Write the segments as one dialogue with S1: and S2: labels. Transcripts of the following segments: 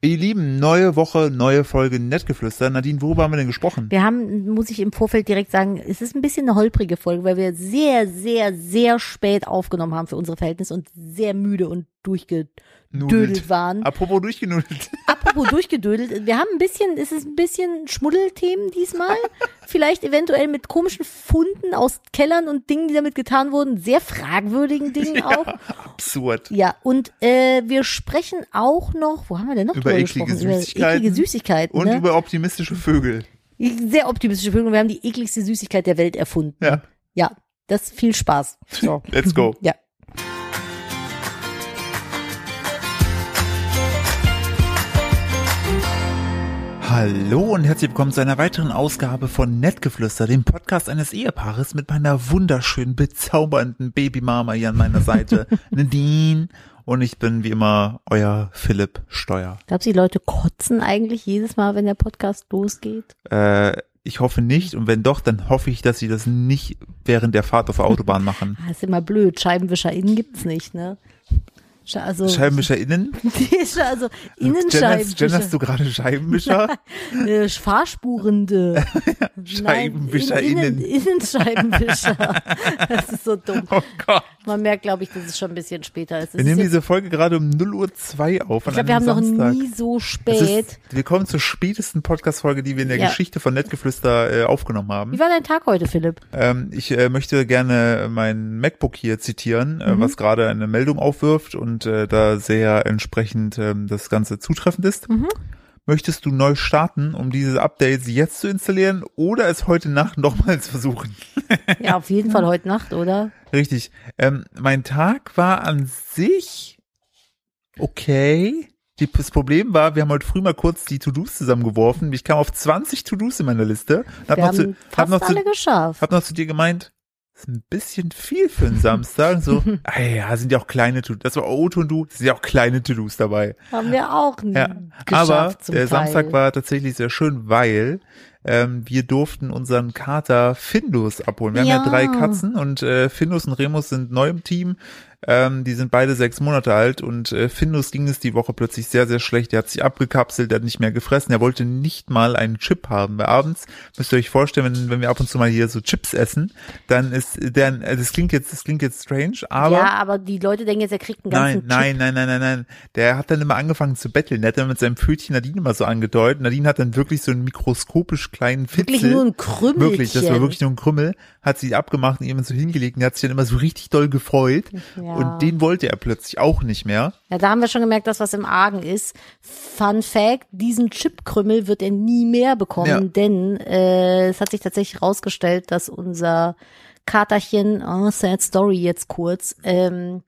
S1: Ihr Lieben, neue Woche, neue Folge Nettgeflüster. Nadine, worüber haben wir denn gesprochen?
S2: Wir haben, muss ich im Vorfeld direkt sagen, es ist ein bisschen eine holprige Folge, weil wir sehr, sehr, sehr spät aufgenommen haben für unsere Verhältnisse und sehr müde und durchgedödelt
S1: Nudelt.
S2: waren.
S1: Apropos durchgenudelt.
S2: Apropos durchgedödelt, wir haben ein bisschen, es ist ein bisschen Schmuddelthemen diesmal. Vielleicht eventuell mit komischen Funden aus Kellern und Dingen, die damit getan wurden, sehr fragwürdigen Dingen auch.
S1: Absurd.
S2: Ja, und äh, wir sprechen auch noch, wo haben wir denn noch
S1: Über
S2: drüber
S1: eklige
S2: gesprochen? Über
S1: Süßigkeiten
S2: eklige Süßigkeiten.
S1: Und
S2: ne?
S1: über optimistische Vögel.
S2: Sehr optimistische Vögel. Wir haben die ekligste Süßigkeit der Welt erfunden.
S1: Ja.
S2: Ja, das viel Spaß. So.
S1: Let's go.
S2: Ja.
S1: Hallo und herzlich willkommen zu einer weiteren Ausgabe von Nettgeflüster, dem Podcast eines Ehepaares mit meiner wunderschönen, bezaubernden Babymama hier an meiner Seite, Nadine. Und ich bin wie immer euer Philipp Steuer.
S2: Glaubst du, die Leute kotzen eigentlich jedes Mal, wenn der Podcast losgeht?
S1: Äh, ich hoffe nicht und wenn doch, dann hoffe ich, dass sie das nicht während der Fahrt auf der Autobahn machen.
S2: Ah, ist immer blöd. ScheibenwischerInnen gibt's nicht, ne? Sche- Also,
S1: ScheibenwischerInnen?
S2: also
S1: Genderst, genderst
S2: Innenscheibenwischer,
S1: du gerade Scheibenwischer?
S2: äh, Fahrspurende. Nein,
S1: ScheibenwischerInnen.
S2: Innen, Innenscheibenwischer. Das ist so dumm.
S1: Oh Gott.
S2: Man merkt, glaube ich, dass es schon ein bisschen später ist. Es
S1: Wir
S2: ist
S1: nehmen
S2: jetzt,
S1: diese Folge gerade um 0.02 Uhr auf.
S2: ich glaube, wir haben noch
S1: Samstag.
S2: nie so
S1: Es
S2: spät.
S1: Ist, wir kommen zur spätesten Podcast-Folge, die wir in der
S2: Ja.
S1: Geschichte von Nettgeflüster äh, aufgenommen haben.
S2: Wie war dein Tag heute, Philipp?
S1: Ähm, ich äh, möchte gerne mein MacBook hier zitieren,
S2: Mhm.
S1: äh, was gerade eine Meldung aufwirft und äh, da sehr entsprechend ähm, das Ganze zutreffend ist.
S2: Mhm.
S1: Möchtest du neu starten, um diese Updates jetzt zu installieren oder es heute Nacht nochmals versuchen?
S2: Ja, auf jeden Fall heute Nacht, oder?
S1: Richtig. Ähm, mein Tag war an sich okay. Die, das Problem war, wir haben heute früh mal kurz die To-Dos zusammengeworfen. Ich kam auf 20 To-Dos in meiner Liste. Und hab
S2: Wir
S1: noch,
S2: haben
S1: zu, hab,
S2: fast
S1: noch
S2: alle
S1: zu,
S2: geschafft.
S1: hab noch zu dir gemeint, das ist ein bisschen viel für einen Samstag. So, ah ja, sind ja auch kleine To-Dos. Das war Auto und du, sind ja auch kleine To-Dos dabei.
S2: Haben wir auch n-
S1: Ja,
S2: geschafft
S1: aber
S2: zum
S1: der
S2: Teil.
S1: Samstag war tatsächlich sehr schön, weil ähm, wir durften unseren Kater Findus abholen. Wir haben ja
S2: Ja.
S1: drei Katzen und äh, Findus und Remus sind neu im Team. Ähm, die sind beide sechs Monate alt und äh, Findus ging es die Woche plötzlich sehr, sehr schlecht. Er hat sich abgekapselt, er hat nicht mehr gefressen, er wollte nicht mal einen Chip haben. Weil abends müsst ihr euch vorstellen, wenn, wenn wir ab und zu mal hier so Chips essen, dann ist dann äh, das klingt jetzt, das klingt jetzt strange, aber
S2: ja, aber die Leute denken jetzt, er kriegt einen
S1: Nein,
S2: ganzen
S1: nein, nein, nein, nein, nein. Der hat dann immer angefangen zu betteln. Der hat dann mit seinem Pfötchen Nadine immer so angedeutet. Nadine hat dann wirklich so einen mikroskopisch kleinen Fitzel.
S2: Wirklich nur ein Krümmelchen.
S1: Wirklich, das war wirklich nur ein Krümmel. Hat sie abgemacht und jemand so hingelegt und hat sich dann immer so richtig doll gefreut.
S2: Ja.
S1: Und den wollte er plötzlich auch nicht mehr.
S2: Ja, da haben wir schon gemerkt, dass was im Argen ist. Fun Fact, diesen Chipkrümmel wird er nie mehr bekommen,
S1: Ja.
S2: denn äh, es hat sich tatsächlich rausgestellt, dass unser Katerchen, oh, sad story jetzt kurz, ähm,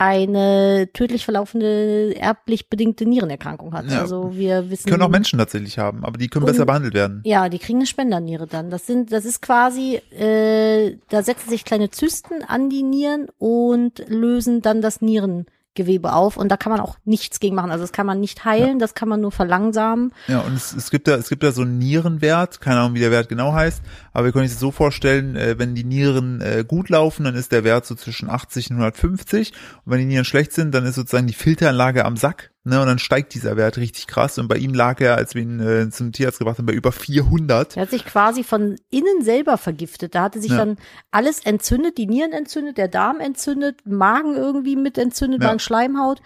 S2: eine tödlich verlaufende, erblich bedingte Nierenerkrankung hat.
S1: Ja.
S2: Also wir wissen.
S1: Können auch Menschen tatsächlich haben, aber die können besser behandelt werden.
S2: Ja, die kriegen eine Spenderniere dann. Das sind, das ist quasi, äh, da setzen sich kleine Zysten an die Nieren und lösen dann das Nierengewebe auf. Und da kann man auch nichts gegen machen. Also das kann man nicht heilen, das kann man nur verlangsamen.
S1: Ja, und es, es gibt da, es gibt da so einen Nierenwert, keine Ahnung, wie der Wert genau heißt, aber wir können uns das so vorstellen, äh, wenn die Nieren äh, gut laufen, dann ist der Wert so zwischen 80 und 150 und wenn die Nieren schlecht sind, dann ist sozusagen die Filteranlage am Sack, ne, und dann steigt dieser Wert richtig krass und bei ihm lag er, als wir ihn äh, zum Tierarzt gebracht haben, bei über 400.
S2: Der hat sich quasi von innen selber vergiftet. Da hatte sich
S1: Ja.
S2: dann alles entzündet, die Nieren entzündet, der Darm entzündet, Magen irgendwie mit entzündet,
S1: Ja.
S2: Magenschleimhaut.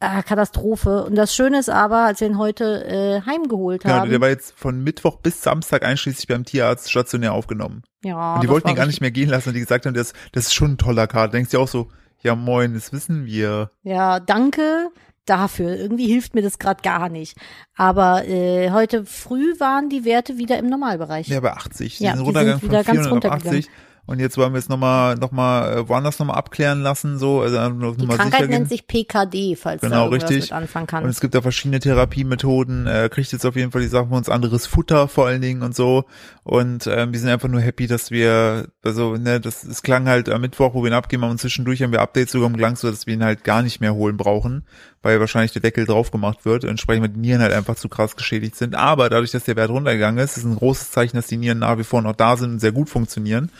S2: Ah, Katastrophe. Und das Schöne ist aber, als wir ihn heute äh, heimgeholt
S1: Genau,
S2: haben.
S1: der war jetzt von Mittwoch bis Samstag einschließlich beim Tierarzt stationär aufgenommen. Und
S2: ja,
S1: die
S2: Ah, das
S1: wollten
S2: war
S1: ihn gar nicht
S2: richtig
S1: mehr gehen lassen, und die gesagt haben, das, das ist schon ein toller Kater. Denkst du auch so, ja moin, das wissen wir.
S2: Ja, danke dafür. Irgendwie hilft mir das gerade gar nicht. Aber äh, heute früh waren die Werte wieder im Normalbereich.
S1: Ja, bei 80. Die
S2: Ja,
S1: sind
S2: die
S1: runtergegangen
S2: sind wieder
S1: von
S2: ganz
S1: 400 auf
S2: runtergegangen.
S1: 80. Und jetzt wollen wir es nochmal, noch mal, äh, woanders nochmal abklären lassen, so, also nochmal
S2: die
S1: sicher
S2: Krankheit
S1: gehen.
S2: nennt sich PKD, falls
S1: Genau,
S2: da irgendwas
S1: richtig.
S2: mit anfangen
S1: Und
S2: kann.
S1: es gibt da verschiedene Therapiemethoden, äh, kriegt jetzt auf jeden Fall die Sachen von uns anderes Futter vor allen Dingen und so. Und ähm, wir sind einfach nur happy, dass wir, also ne, das es klang halt am Mittwoch, wo wir ihn abgeben haben und zwischendurch haben wir Updates sogar umgelangt, so dass wir ihn halt gar nicht mehr holen brauchen, weil wahrscheinlich der Deckel drauf gemacht wird, entsprechend weil die Nieren halt einfach zu krass geschädigt sind. Aber dadurch, dass der Wert runtergegangen ist, ist ein großes Zeichen, dass die Nieren nach wie vor noch da sind und sehr gut funktionieren.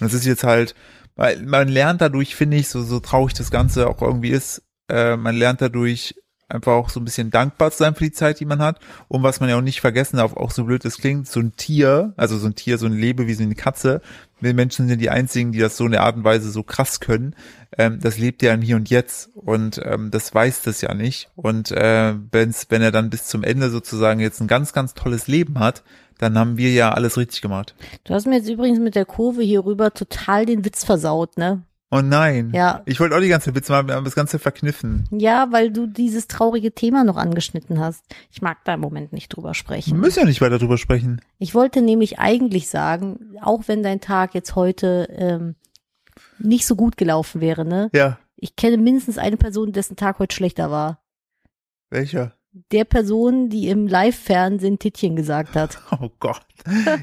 S1: Und es ist jetzt halt, weil man lernt dadurch, finde ich, so, so traurig das Ganze auch irgendwie ist, äh, man lernt dadurch einfach auch so ein bisschen dankbar zu sein für die Zeit, die man hat. Und was man ja auch nicht vergessen darf, auch so blöd es klingt, so ein Tier, also so ein Tier, so ein Lebewesen wie eine Katze, wir Menschen sind die einzigen, die das so in der Art und Weise so krass können. Ähm, das lebt ja im Hier und Jetzt und ähm, das weiß das ja nicht. Und äh, wenn's, wenn er dann bis zum Ende sozusagen jetzt ein ganz, ganz tolles Leben hat, dann haben wir ja alles richtig gemacht.
S2: Du hast mir jetzt übrigens mit der Kurve hier rüber total den Witz versaut, ne?
S1: Oh nein.
S2: Ja.
S1: Ich wollte auch die ganze Witze machen, wir haben das Ganze verkniffen.
S2: Ja, weil du dieses traurige Thema noch angeschnitten hast. Ich mag da im Moment nicht drüber
S1: Wir
S2: sprechen.
S1: müssen ja nicht weiter drüber sprechen.
S2: Ich wollte nämlich eigentlich sagen, auch wenn dein Tag jetzt heute ähm, nicht so gut gelaufen wäre, ne?
S1: Ja.
S2: Ich kenne mindestens eine Person, dessen Tag heute schlechter war.
S1: Welcher?
S2: Der Person, die im Live-Fernsehen Tittchen gesagt hat.
S1: Oh Gott.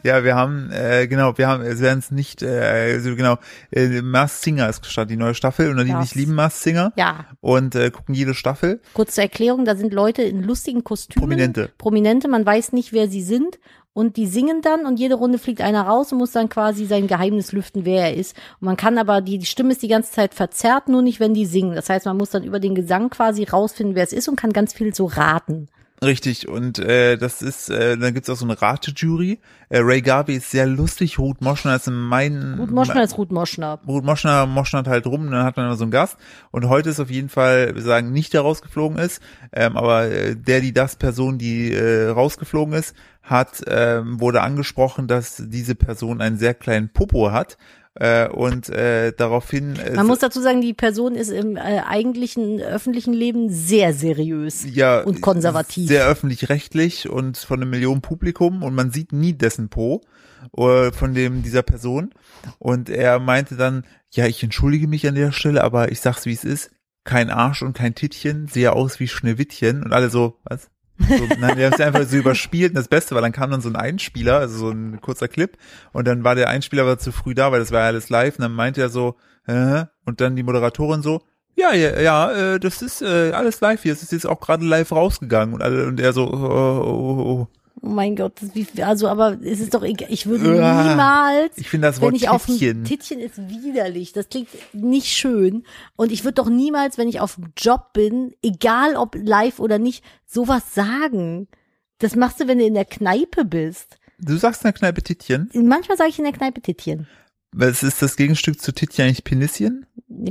S1: Ja, wir haben, äh, genau, wir haben, es werden es nicht, äh, also genau, äh, Mars Singer ist gestartet, die neue Staffel. Und die
S2: Ja.
S1: ich lieben Mars Singer
S2: Ja,
S1: und äh, gucken jede Staffel.
S2: kurz zur Erklärung, da sind Leute in lustigen Kostümen.
S1: Prominente.
S2: Prominente, man weiß nicht, wer sie sind. Und die singen dann und jede Runde fliegt einer raus und muss dann quasi sein Geheimnis lüften, wer er ist. Und man kann aber, die, die Stimme ist die ganze Zeit verzerrt, nur nicht, wenn die singen. Das heißt, man muss dann über den Gesang quasi rausfinden, wer es ist und kann ganz viel so raten.
S1: Richtig, und äh, das ist, äh, dann gibt's auch so eine Rate-Jury. Äh, Ray Garvey ist sehr lustig, Ruth Moschner ist in meinen...
S2: Ruth Moschner ist Ruth Moschner.
S1: Ruth Moschner moschnert halt rum, dann hat man immer so einen Gast. Und heute ist auf jeden Fall, wir sagen, nicht der rausgeflogen ist, ähm, aber äh, der, die das Person, die äh, rausgeflogen ist, hat, ähm, wurde angesprochen, dass diese Person einen sehr kleinen Popo hat. Äh, und äh, daraufhin äh,
S2: Man muss dazu sagen, die Person ist im äh, eigentlichen öffentlichen Leben sehr seriös.
S1: ja
S2: und konservativ.
S1: sehr öffentlich rechtlich und von einem Millionen Publikum und man sieht nie dessen Po äh, von dem dieser Person und er meinte dann ja ich entschuldige mich an der Stelle aber ich sag's wie es ist kein Arsch und kein Tittchen sehe aus wie Schneewittchen und alle so was so, nein, wir haben es einfach so überspielt und das Beste war, dann kam dann so ein Einspieler, also so ein kurzer Clip und dann war der Einspieler aber zu früh da, weil das war ja alles live und dann meinte er so, äh, und dann die Moderatorin so, ja, ja, ja, äh, das ist äh, alles live hier, es ist jetzt auch gerade live rausgegangen und alle und er so, oh, oh, oh.
S2: Oh mein Gott, das wie, also aber es ist doch egal. Ich würde
S1: Uah.
S2: niemals
S1: ich finde das Wort
S2: wenn ich auf
S1: Tittchen-
S2: dem Tittchen ist widerlich. Das klingt nicht schön. Und ich würde doch niemals, wenn ich auf dem Job bin, egal ob live oder nicht, sowas sagen. Das machst du, wenn du in der Kneipe bist.
S1: du sagst in der Kneipe Tittchen,
S2: Manchmal sage ich in der Kneipe Tittchen.
S1: was ist das Gegenstück zu Tittchen eigentlich Penisschen?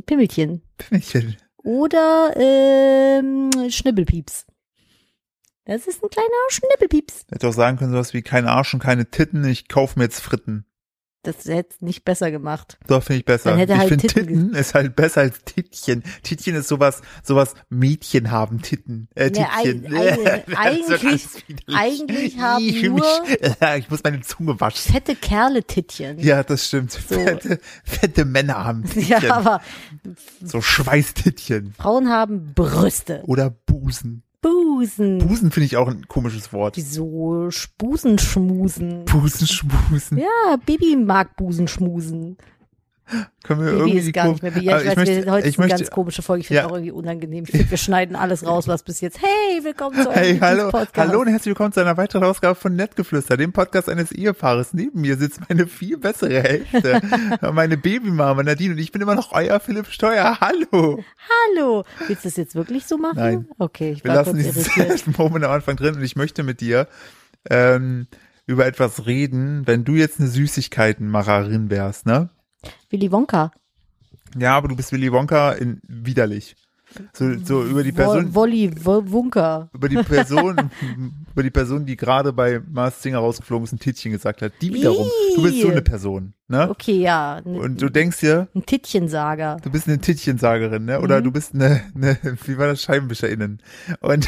S2: Pimmelchen.
S1: Pimmelchen.
S2: Oder ähm, Schnibbelpieps. Das ist ein kleiner Schnibbelpieps.
S1: Hätte auch sagen können sowas wie kein Arsch und keine Titten, ich kauf mir jetzt Fritten.
S2: Das hätte nicht besser gemacht.
S1: Doch, finde ich besser.
S2: Dann hätte er
S1: ich
S2: halt
S1: finde
S2: Titten
S1: Titten ist halt besser als Tittchen. Tittchen ist sowas, sowas Mädchen haben Titten. Äh,
S2: Nee,
S1: Tittchen.
S2: eig- eig-
S1: Das wird
S2: eigentlich-
S1: alles widerlich.
S2: eigentlich haben
S1: ich, fühl mich,
S2: nur-
S1: ich muss meine Zunge waschen.
S2: Fette Kerle Tittchen.
S1: Ja, das stimmt. Fette, fette Männer haben Tittchen.
S2: ja aber
S1: so Schweißtittchen.
S2: Frauen haben Brüste.
S1: Oder Busen.
S2: Busen.
S1: Busen finde ich auch ein komisches Wort.
S2: Wieso Busenschmusen?
S1: Busen, Schmusen.
S2: Ja, Baby mag Busenschmusen.
S1: Können wir
S2: Baby
S1: irgendwie die
S2: ist gar nicht mehr.
S1: Kurve-
S2: Ja,
S1: Aber
S2: ich, weiß, wir, heute ist
S1: ich
S2: eine
S1: möchte,
S2: ganz komische Folge. Ich finde
S1: Ja.
S2: auch irgendwie unangenehm. Ich finde, wir schneiden alles raus, was bis jetzt. Hey, willkommen zu eurem
S1: Hey, hallo,
S2: Podcast.
S1: hallo und herzlich willkommen zu einer weiteren Ausgabe von Nettgeflüster, dem Podcast eines Ehepaares. Neben mir sitzt meine viel bessere Hälfte, meine Babymama Nadine und ich bin immer noch euer Philipp Steuer. Hallo.
S2: Hallo. Willst du das jetzt wirklich so machen?
S1: Nein.
S2: Okay, ich
S1: Wir
S2: war
S1: lassen
S2: kurz irritiert.
S1: diesen Moment am Anfang drin und ich möchte mit dir ähm, über etwas reden, wenn du jetzt eine Süßigkeitenmacherin wärst, ne?
S2: Willy Wonka.
S1: Ja, aber du bist Willy Wonka in widerlich. So, so über die Person,
S2: Wo- Wolli Wo- Wonka.
S1: über die Person, über die Person, die gerade bei Mars Singer rausgeflogen ist, ein Tittchen gesagt hat. Die wiederum, du bist so eine Person, ne?
S2: Okay, ja. ne-
S1: Und du denkst dir,
S2: ein Tittchensager.
S1: du bist eine Tittchensagerin, ne?
S2: Mhm.
S1: Oder du bist eine, eine, wie war das, ScheibenwischerInnen. Und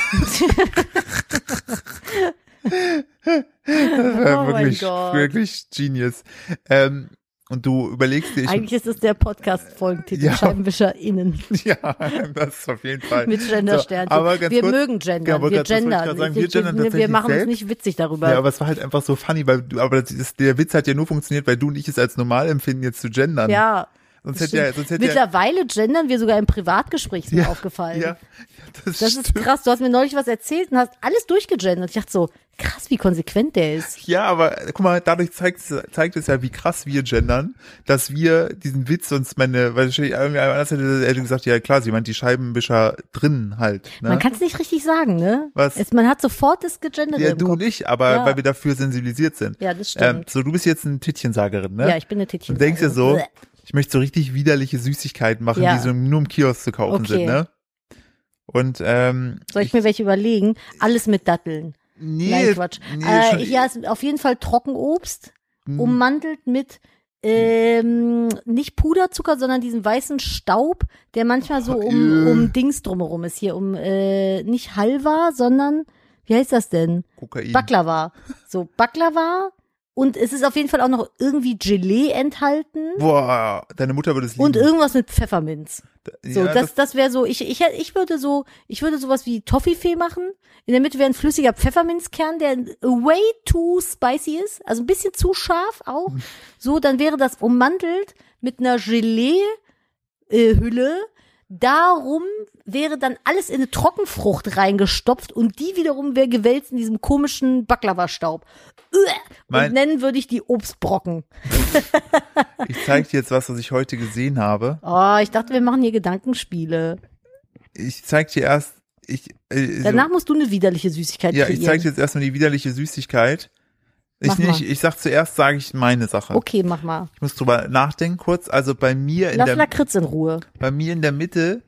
S2: Oh
S1: äh,
S2: mein
S1: wirklich,
S2: Gott.
S1: wirklich genius. Ähm, und du überlegst dir,
S2: Eigentlich ist es der Podcast-Folgentitel
S1: Ja.
S2: ScheibenwischerInnen
S1: ich, ja, das ist auf jeden Fall.
S2: mit Gendersternchen.
S1: So, aber ganz
S2: wir
S1: kurz,
S2: mögen
S1: Ja,
S2: gendern.
S1: wollte
S2: wir
S1: grad- das wollte ich
S2: gendern.
S1: grad sagen, wir gendern
S2: wir,
S1: tatsächlich
S2: machen uns
S1: selbst.
S2: nicht witzig darüber.
S1: Ja, aber es war halt einfach so funny, weil du, aber das ist, der Witz hat ja nur funktioniert, weil du und ich es als normal empfinden, jetzt zu gendern.
S2: Ja,
S1: Sonst hätte ja, sonst hätte ja,
S2: Mittlerweile gendern wir sogar im Privatgespräch, ist mir
S1: Ja,
S2: aufgefallen.
S1: ja, das,
S2: Das
S1: stimmt.
S2: ist krass. Du hast mir neulich was erzählt und hast alles durchgegendert. Ich dachte so, krass, wie konsequent der ist.
S1: Ja, aber äh, guck mal, dadurch zeigt, zeigt es ja, wie krass wir gendern, dass wir diesen Witz sonst meine, weil ich irgendwie anders hätte, hätte gesagt, ja klar, sie meint die Scheibenwischer drinnen halt. Ne?
S2: Man kann es nicht richtig sagen, ne?
S1: Was?
S2: Es, man hat sofort das gegendert
S1: ja,
S2: im
S1: du
S2: Kopf.
S1: nicht, aber
S2: Ja.
S1: weil wir dafür sensibilisiert sind.
S2: Ja, das
S1: Ähm,
S2: stimmt.
S1: so, du bist jetzt eine Tittchensagerin, ne?
S2: Ja, ich bin eine Tittchen.
S1: Und denkst dir so, ich möchte so richtig widerliche Süßigkeiten machen,
S2: Ja.
S1: die so nur im Kiosk zu kaufen
S2: Okay.
S1: sind, ne? Und ähm,
S2: Soll ich mir welche überlegen? Alles mit Datteln.
S1: nee,
S2: Nein, Quatsch.
S1: nee,
S2: äh,
S1: schon-
S2: ja, um es ist auf jeden Fall Trockenobst,
S1: mh,
S2: ummantelt mit ähm, nicht Puderzucker, sondern diesen weißen Staub, der manchmal so um,
S1: äh.
S2: um Dings drumherum ist. Hier um äh, nicht Halva, sondern wie heißt das denn?
S1: Kokain.
S2: Baklava. So, Baklava. Und es ist auf jeden Fall auch noch irgendwie Gelee enthalten.
S1: Boah, deine Mutter würde es lieben.
S2: Und irgendwas mit Pfefferminz. So,
S1: ja,
S2: das, das wäre so, ich, ich, hätt- ich würde so, ich würde sowas wie Toffifee machen. In der Mitte wäre ein flüssiger Pfefferminzkern, der way too spicy ist. Also ein bisschen zu scharf auch.
S1: Hm.
S2: So, dann wäre das ummantelt mit einer Gelee-Hülle. Darum wäre dann alles in eine Trockenfrucht reingestopft und die wiederum wäre gewälzt in diesem komischen Baklava-Staub.
S1: Mein-
S2: Und nennen würde ich die Obstbrocken.
S1: Ich zeig dir jetzt was, was ich heute gesehen habe.
S2: Oh, ich dachte, wir machen hier Gedankenspiele.
S1: Ich zeig dir erst, ich, äh,
S2: Danach musst du eine widerliche Süßigkeit
S1: ja,
S2: kreieren.
S1: ich zeig dir jetzt erstmal die widerliche Süßigkeit. Ich,
S2: Mach
S1: nee,
S2: mal.
S1: ich, ich sag zuerst, sage ich meine Sache.
S2: Okay, mach mal.
S1: Ich muss drüber nachdenken kurz. Also bei mir in
S2: Lass
S1: der,
S2: Lakritz in Ruhe.
S1: bei mir in der Mitte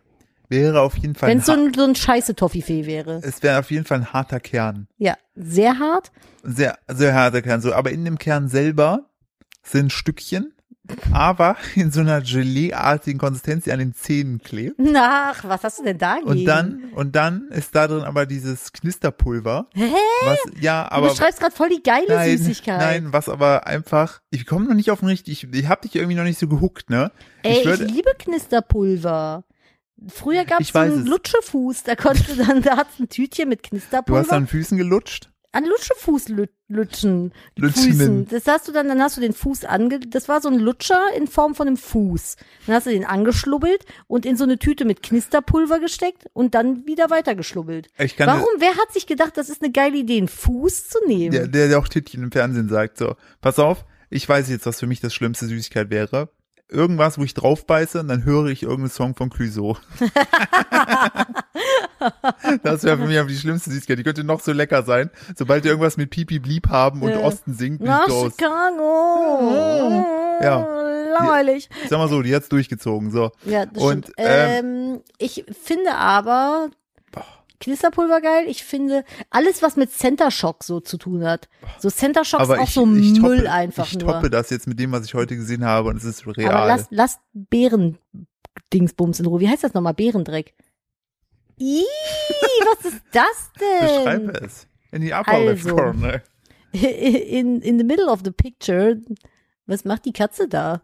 S1: wäre auf jeden Fall
S2: Wenn
S1: ein,
S2: es so
S1: har-
S2: ein, so ein scheiße Toffifee wäre.
S1: es wäre auf jeden Fall ein harter Kern.
S2: Ja, sehr hart.
S1: sehr, sehr harter Kern. So, aber in dem Kern selber sind Stückchen, aber in so einer Gelee-artigen Konsistenz, die an den Zähnen klebt.
S2: Ach, was hast du denn da
S1: Und dann, und dann ist da drin aber dieses Knisterpulver.
S2: Hä?
S1: Was, ja,
S2: Aber
S1: aber.
S2: du beschreibst gerade voll die geile
S1: Nein,
S2: Süßigkeit.
S1: nein, was aber einfach, ich komme noch nicht auf den richtigen, ich, ich hab dich irgendwie noch nicht so gehuckt, ne?
S2: Ey, ich,
S1: würd-
S2: liebe Knisterpulver. Früher gab
S1: Ich
S2: es so
S1: weiß
S2: einen
S1: es.
S2: Lutschefuß, da konntest du dann, da hat's ein Tütchen mit
S1: du hast
S2: Knisterpulver
S1: an Füßen gelutscht.
S2: an Lutschefuß lü- lutschen.
S1: Lutschenen.
S2: Füßen. Das hast du dann, dann hast du den Fuß ange, das war so ein Lutscher in Form von einem Fuß. Dann hast du den angeschlubbelt und in so eine Tüte mit Knisterpulver gesteckt und dann wieder weitergeschlubbelt.
S1: Ich kann
S2: Warum? Wer hat sich gedacht, das ist eine geile Idee, einen Fuß zu nehmen?
S1: Der, der, der auch Tittchen im Fernsehen sagt, so, pass auf, ich weiß jetzt, was für mich das schlimmste Süßigkeit wäre. Irgendwas, wo ich drauf beiße und dann höre ich irgendeinen Song von Clüso. das wäre für mich aber die schlimmste Süßigkeit. Die könnte noch so lecker sein. Sobald die irgendwas mit Pipi Blieb haben und
S2: Ja.
S1: Osten singt, bin ich
S2: Nach
S1: raus.
S2: Chicago.
S1: Mhm.
S2: Mhm.
S1: Ja.
S2: Langweilig.
S1: Ich sag mal so, die hat's durchgezogen. So.
S2: Ja, das
S1: Und,
S2: stimmt. Ähm, ich finde aber Knisterpulver geil. Ich finde alles, was mit Center Shock so zu tun hat. So Center Shock ist
S1: Aber
S2: auch
S1: ich,
S2: so
S1: ich toppe,
S2: Müll einfach
S1: ich
S2: nur.
S1: toppe das jetzt mit dem, was ich heute gesehen habe und es ist real.
S2: aber lass, lass Bären-Dingsbums in Ruhe. Wie heißt das nochmal? Bärendreck. Ih, was ist das denn?
S1: Beschreibe es. In die upper left
S2: Also.
S1: corner.
S2: In, in the middle of the picture. Was macht die Katze da?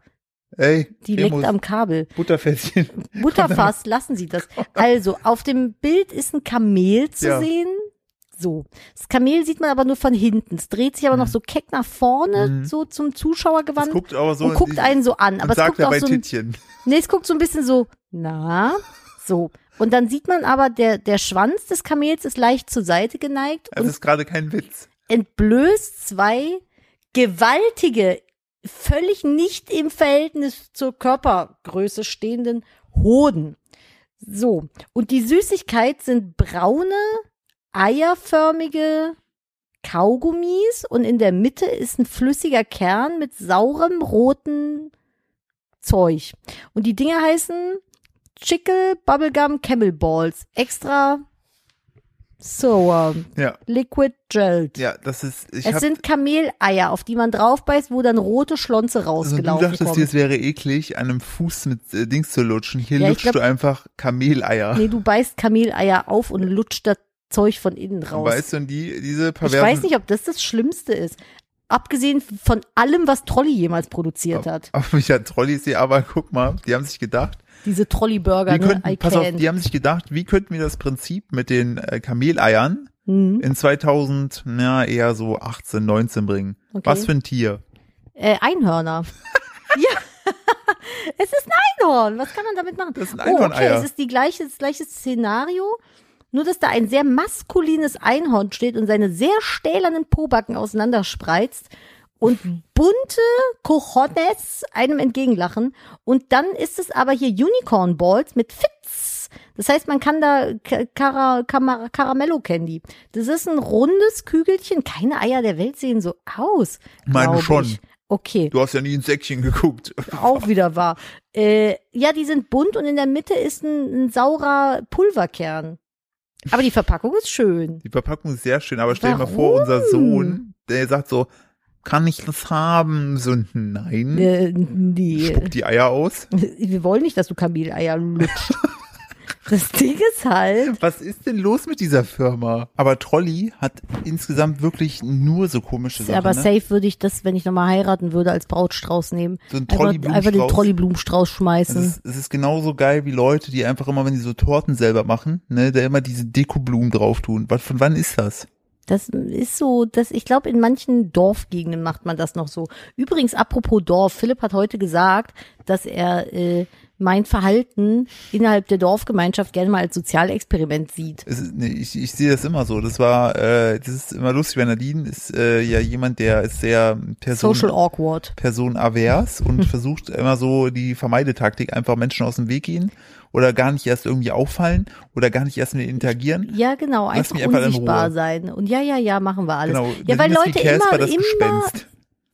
S1: Ey,
S2: Die
S1: Remus,
S2: leckt am Kabel.
S1: Butterfässchen.
S2: Butterfass, lassen Sie das. Also, auf dem Bild ist ein Kamel zu
S1: Ja.
S2: sehen. So. Das Kamel sieht man aber nur von hinten. Es dreht sich aber noch so keck nach vorne,
S1: Mhm.
S2: so zum Zuschauer
S1: Es
S2: gewandt.
S1: guckt aber so
S2: und
S1: in
S2: guckt
S1: die-
S2: einen so an. Aber
S1: und
S2: es
S1: sagt
S2: guckt
S1: dabei
S2: auch so ein,
S1: Tittchen.
S2: nee, es guckt so ein bisschen so, na, so. Und dann sieht man aber, der, der Schwanz des Kamels ist leicht zur Seite geneigt
S1: Es
S2: und
S1: Also ist gerade kein Witz.
S2: entblößt zwei gewaltige, völlig nicht im Verhältnis zur Körpergröße stehenden Hoden. So, und die Süßigkeit sind braune, eierförmige Kaugummis und in der Mitte ist ein flüssiger Kern mit saurem roten Zeug. Und die Dinger heißen Chickle Bubblegum Camel Balls. Extra sour.
S1: Ja,
S2: Liquid Gelled.
S1: ja, das ist. Ich
S2: es
S1: hab,
S2: sind Kameleier, auf die man draufbeißt, wo dann rote Schlonze
S1: also du
S2: rausgelaufen
S1: dachtest dir,
S2: kommen.
S1: es wäre eklig, an einem Fuß mit äh, Dings zu lutschen. Hier
S2: Ja, ich
S1: lutschst
S2: glaub-
S1: du einfach Kameleier.
S2: nee, du beißt Kameleier auf und lutscht das Zeug von innen raus.
S1: weißt du, und die, diese
S2: ich
S1: perversen.
S2: weiß nicht, ob das das Schlimmste ist. Abgesehen von allem, was Trolli jemals produziert hat.
S1: Aber mich hat Trollis hier, aber guck mal, die haben sich gedacht,
S2: Diese Trolli-Burger,
S1: wir
S2: ne?
S1: könnten,
S2: I
S1: pass auf,
S2: can.
S1: die haben sich gedacht, wie könnten wir das Prinzip mit den äh, Kameleiern
S2: Hm.
S1: in 2000, na, eher so 18, 19 bringen?
S2: Okay.
S1: Was für ein Tier?
S2: Äh, Einhörner. ja. Es ist ein Einhorn. Was kann man damit machen?
S1: Das sind
S2: oh, okay,
S1: Einhorneier.
S2: es ist die gleiche, das gleiche Szenario, nur dass da ein sehr maskulines Einhorn steht und seine sehr stählernen Pobacken auseinanderspreizt und bunte Cojones einem entgegenlachen. Und dann ist es aber hier Unicorn Balls mit Fitz. Das heißt, man kann da Ka- Cara, Kamara- Caramello Candy. Das ist ein rundes Kügelchen. Keine Eier der Welt sehen so aus.
S1: Meine
S2: glaub
S1: schon.
S2: Ich. Okay
S1: Du hast ja nie ins Säckchen geguckt.
S2: auch wieder wahr. Äh, ja, die sind bunt und in der Mitte ist ein, ein saurer Pulverkern. Aber die Verpackung ist schön.
S1: Die Verpackung ist sehr schön, aber stell dir mal
S2: Warum?
S1: vor, unser Sohn, der sagt so, kann ich das haben? So, nein.
S2: Äh, nee.
S1: Spuckt die Eier aus.
S2: Wir wollen nicht, dass du Kameleier lutscht. Das Ding ist halt,
S1: Was ist denn los mit dieser Firma? Aber Trolli hat insgesamt wirklich nur so komische Sachen.
S2: aber
S1: ne?
S2: safe würde ich das, wenn ich nochmal heiraten würde, als Brautstrauß nehmen.
S1: So ein
S2: Einfach,
S1: Trolley-Blumenstrauß.
S2: einfach den Trolley-Blumenstrauß
S1: Es
S2: schmeißen.
S1: ist, es ist genauso geil wie Leute, die einfach immer, wenn sie so Torten selber machen, ne, da immer diese Dekoblumen drauf tun. Was, von wann ist das?
S2: Das ist so, das, ich glaube, in manchen Dorfgegenden macht man das noch so. Übrigens, apropos Dorf, Philipp hat heute gesagt, dass er äh, mein Verhalten innerhalb der Dorfgemeinschaft gerne mal als Sozialexperiment sieht.
S1: Es ist, nee, ich, ich sehe das immer so. Das war, äh, das ist immer lustig, weil Nadine ist äh, ja jemand, der ist sehr Person,
S2: Social awkward.
S1: Person avers und versucht immer so die Vermeidetaktik, einfach Menschen aus dem Weg gehen oder gar nicht erst irgendwie auffallen oder gar nicht erst mit ihnen interagieren.
S2: Ja, genau,
S1: Lass
S2: einfach
S1: mich einfach in
S2: unsichtbar
S1: Ruhe.
S2: sein. Und ja, ja, ja, machen wir alles.
S1: Genau.
S2: ja,
S1: Nadine
S2: weil
S1: ist
S2: Leute
S1: wie Casper,
S2: immer,
S1: das
S2: immer,
S1: Gespenst.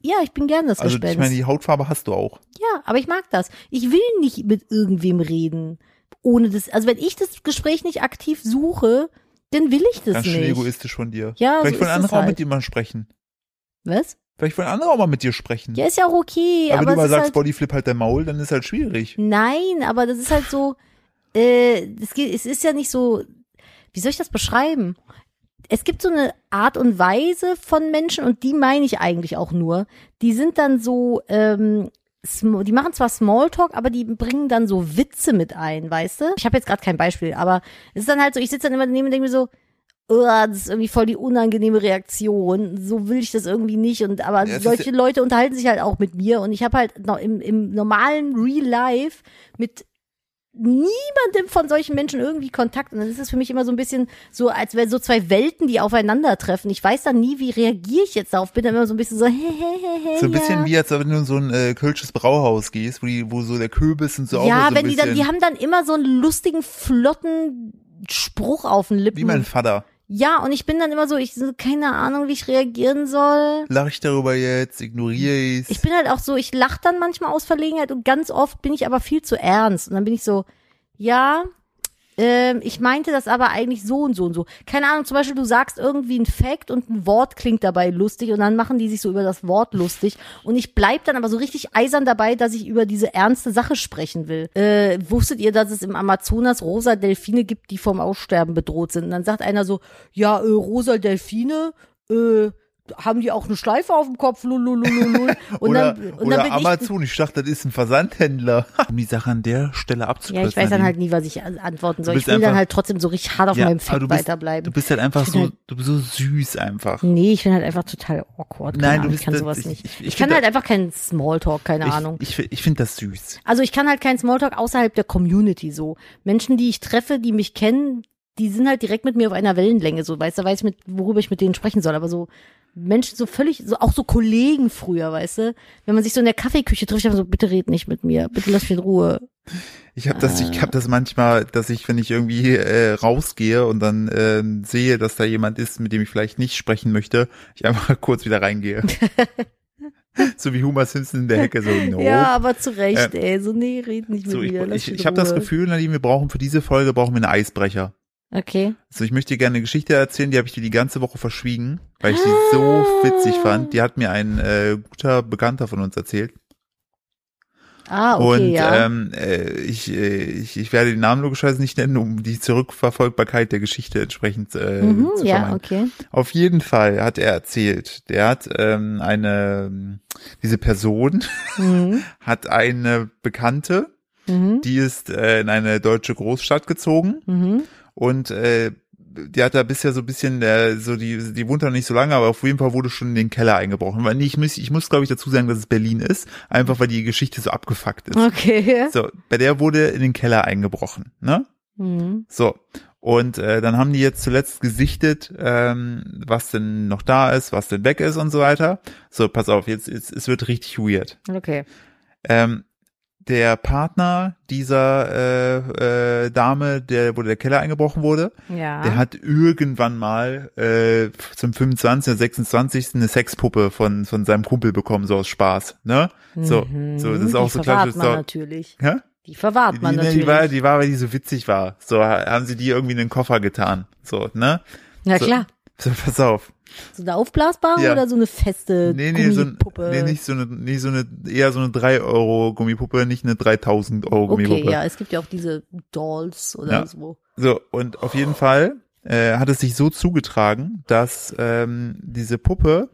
S2: ja, ich bin gern das
S1: Also
S2: Gespenst.
S1: ich meine, die Hautfarbe hast du auch.
S2: Ja, aber ich mag das. Ich will nicht mit irgendwem reden, ohne das. Also wenn ich das Gespräch nicht aktiv suche, dann will ich das
S1: Ganz schön
S2: nicht.
S1: egoistisch von dir.
S2: Ja,
S1: Vielleicht
S2: so
S1: wollen
S2: ist es
S1: andere auch
S2: halt.
S1: mit dir mal sprechen.
S2: Was?
S1: Vielleicht wollen andere auch mal mit dir sprechen.
S2: Ja, ist ja auch okay,
S1: aber
S2: aber,
S1: wenn du mal
S2: es ist
S1: sagst,
S2: halt,
S1: Bodyflip halt dein Maul, dann ist halt schwierig.
S2: nein, aber das ist halt so, äh, es geht, es ist ja nicht so, wie soll ich das beschreiben? Es gibt so eine Art und Weise von Menschen und die meine ich eigentlich auch nur. Die sind dann so, ähm, sm- die machen zwar Smalltalk, aber die bringen dann so Witze mit ein, weißt du? Ich habe jetzt gerade kein Beispiel, aber es ist dann halt so, ich sitze dann immer daneben und denke mir so, "Uah, das ist irgendwie voll die unangenehme Reaktion. So will ich das irgendwie nicht. Und aber
S1: Ja, es ist
S2: solche Leute unterhalten sich halt auch mit mir. Und ich habe halt noch im, im normalen Real Life mit niemandem von solchen Menschen irgendwie Kontakt. Und dann ist es für mich immer so ein bisschen so, als wären so zwei Welten, die aufeinandertreffen. Ich weiß dann nie, wie reagiere ich jetzt darauf. Bin dann immer so ein bisschen so, hey, hey, hey, hey.
S1: So ein bisschen
S2: ja.
S1: wie, als wenn du in so ein äh, kölsches Brauhaus gehst, wo, die, wo so der Kürbis und so auch
S2: Ja,
S1: so ein
S2: wenn die
S1: bisschen,
S2: dann, die haben dann immer so einen lustigen, flotten Spruch auf den Lippen.
S1: wie mein Vater.
S2: ja, und ich bin dann immer so, ich so, keine Ahnung, wie ich reagieren soll.
S1: Lach ich darüber jetzt, ignoriere ich's.
S2: Ich bin halt auch so, ich lache dann manchmal aus Verlegenheit und ganz oft bin ich aber viel zu ernst. Und dann bin ich so, ja, ähm, ich meinte das aber eigentlich so und so und so. Keine Ahnung, zum Beispiel, du sagst irgendwie ein Fact und ein Wort klingt dabei lustig und dann machen die sich so über das Wort lustig. Und ich bleib dann aber so richtig eisern dabei, dass ich über diese ernste Sache sprechen will. Äh, wusstet ihr, dass es im Amazonas rosa Delfine gibt, die vom Aussterben bedroht sind? Und dann sagt einer so, ja, äh, rosa Delfine, äh, haben die auch eine Schleife auf dem Kopf, lululululul. Und
S1: oder
S2: dann, und
S1: oder
S2: dann bin ich,
S1: Amazon, ich, dachte, das ist ein Versandhändler. um die Sache an der Stelle
S2: ja,
S1: abzukürzen.
S2: ich weiß dann
S1: Nadine.
S2: halt nie, was ich an- antworten soll.
S1: bist
S2: Ich will dann
S1: einfach-
S2: halt trotzdem so richtig hart auf
S1: Ja,
S2: meinem
S1: aber
S2: Feld
S1: du bist- Du
S2: weiterbleiben.
S1: bist halt einfach
S2: Ich
S1: so,
S2: bin halt-
S1: du bist so süß einfach.
S2: Nee, ich bin halt einfach total awkward. Keine
S1: Nein, du
S2: Ahnung,
S1: bist
S2: ich kann
S1: das-
S2: sowas
S1: ich-
S2: nicht.
S1: ich-
S2: Ich,
S1: ich
S2: kann
S1: find
S2: halt einfach keinen Smalltalk, keine Ahnung.
S1: Ich, ich, ich finde das süß.
S2: Also ich kann halt keinen Smalltalk außerhalb der Community so. Menschen, die ich treffe, die mich kennen, die sind halt direkt mit mir auf einer Wellenlänge so. Weißt du, da weiß ich mit, worüber ich mit denen sprechen soll. Aber so Menschen so völlig, so auch so Kollegen früher, weißt du, wenn man sich so in der Kaffeeküche trifft, dann so bitte red nicht mit mir, bitte lass mich in Ruhe.
S1: Ich habe das,
S2: Ah.
S1: ich habe das manchmal, dass ich, wenn ich irgendwie äh, rausgehe und dann ähm, sehe, dass da jemand ist, mit dem ich vielleicht nicht sprechen möchte, ich einfach kurz wieder reingehe. so wie Homer Simpson in der Hecke, so no.
S2: Ja, aber zu Recht, ey, so nee, red nicht mit
S1: Äh, so, ich
S2: mir. lass
S1: ich,
S2: mich
S1: ich
S2: in
S1: habe das
S2: Ruhe.
S1: Gefühl, Nadine, wir brauchen für diese Folge brauchen wir einen Eisbrecher.
S2: Okay.
S1: So, ich möchte dir gerne eine Geschichte erzählen, die habe ich dir die ganze Woche verschwiegen, weil ich sie so
S2: Ah.
S1: witzig fand. Die hat mir ein äh, guter Bekannter von uns erzählt.
S2: Ah, okay,
S1: Und
S2: ja.
S1: ähm, äh, ich, äh, ich, ich werde den Namen logischerweise nicht nennen, um die Zurückverfolgbarkeit der Geschichte entsprechend äh,
S2: mhm,
S1: zu
S2: ja,
S1: vermeiden.
S2: okay.
S1: Auf jeden Fall hat er erzählt, der hat ähm, eine, diese Person
S2: Mhm,
S1: hat eine Bekannte,
S2: mhm,
S1: die ist äh, in eine deutsche Großstadt gezogen
S2: mhm,
S1: und äh, die hat da bisher so ein bisschen, äh, so die, die wohnt da nicht so lange, aber auf jeden Fall wurde schon in den Keller eingebrochen. Weil nee, ich muss, ich muss glaube ich dazu sagen, dass es Berlin ist, einfach weil die Geschichte so abgefuckt ist.
S2: Okay.
S1: So, bei der wurde in den Keller eingebrochen, ne?
S2: Mhm.
S1: So. Und äh, dann haben die jetzt zuletzt gesichtet, ähm, was denn noch da ist, was denn weg ist und so weiter. So, pass auf, jetzt, jetzt es wird richtig weird.
S2: Okay.
S1: Ähm, der Partner dieser äh, äh, Dame, der wo der Keller eingebrochen wurde,
S2: Ja.
S1: der hat irgendwann mal äh, zum 25. oder 26. eine Sexpuppe von von seinem Kumpel bekommen, so aus Spaß. Ne? So, so das ist
S2: Mhm. die
S1: auch so
S2: verwahrt
S1: klassisch.
S2: man
S1: So,
S2: natürlich.
S1: hä?
S2: Die verwahrt
S1: Die,
S2: man
S1: ne,
S2: natürlich.
S1: die war, die war, weil die so witzig war. So ha- haben sie die irgendwie in den Koffer getan. So, ne?
S2: ja
S1: so,
S2: klar.
S1: So, pass auf.
S2: So eine aufblasbare
S1: Ja.
S2: oder so eine feste
S1: Nee, nee, so, ein-
S2: Gummipuppe?
S1: nee, nicht so eine, nicht so eine, eher so eine 3 Euro Gummipuppe, nicht eine 3000 Euro Gummipuppe.
S2: Okay, ja, es gibt ja auch diese Dolls oder
S1: Ja.
S2: so.
S1: So, und auf jeden Fall äh, hat es sich so zugetragen, dass ähm, diese Puppe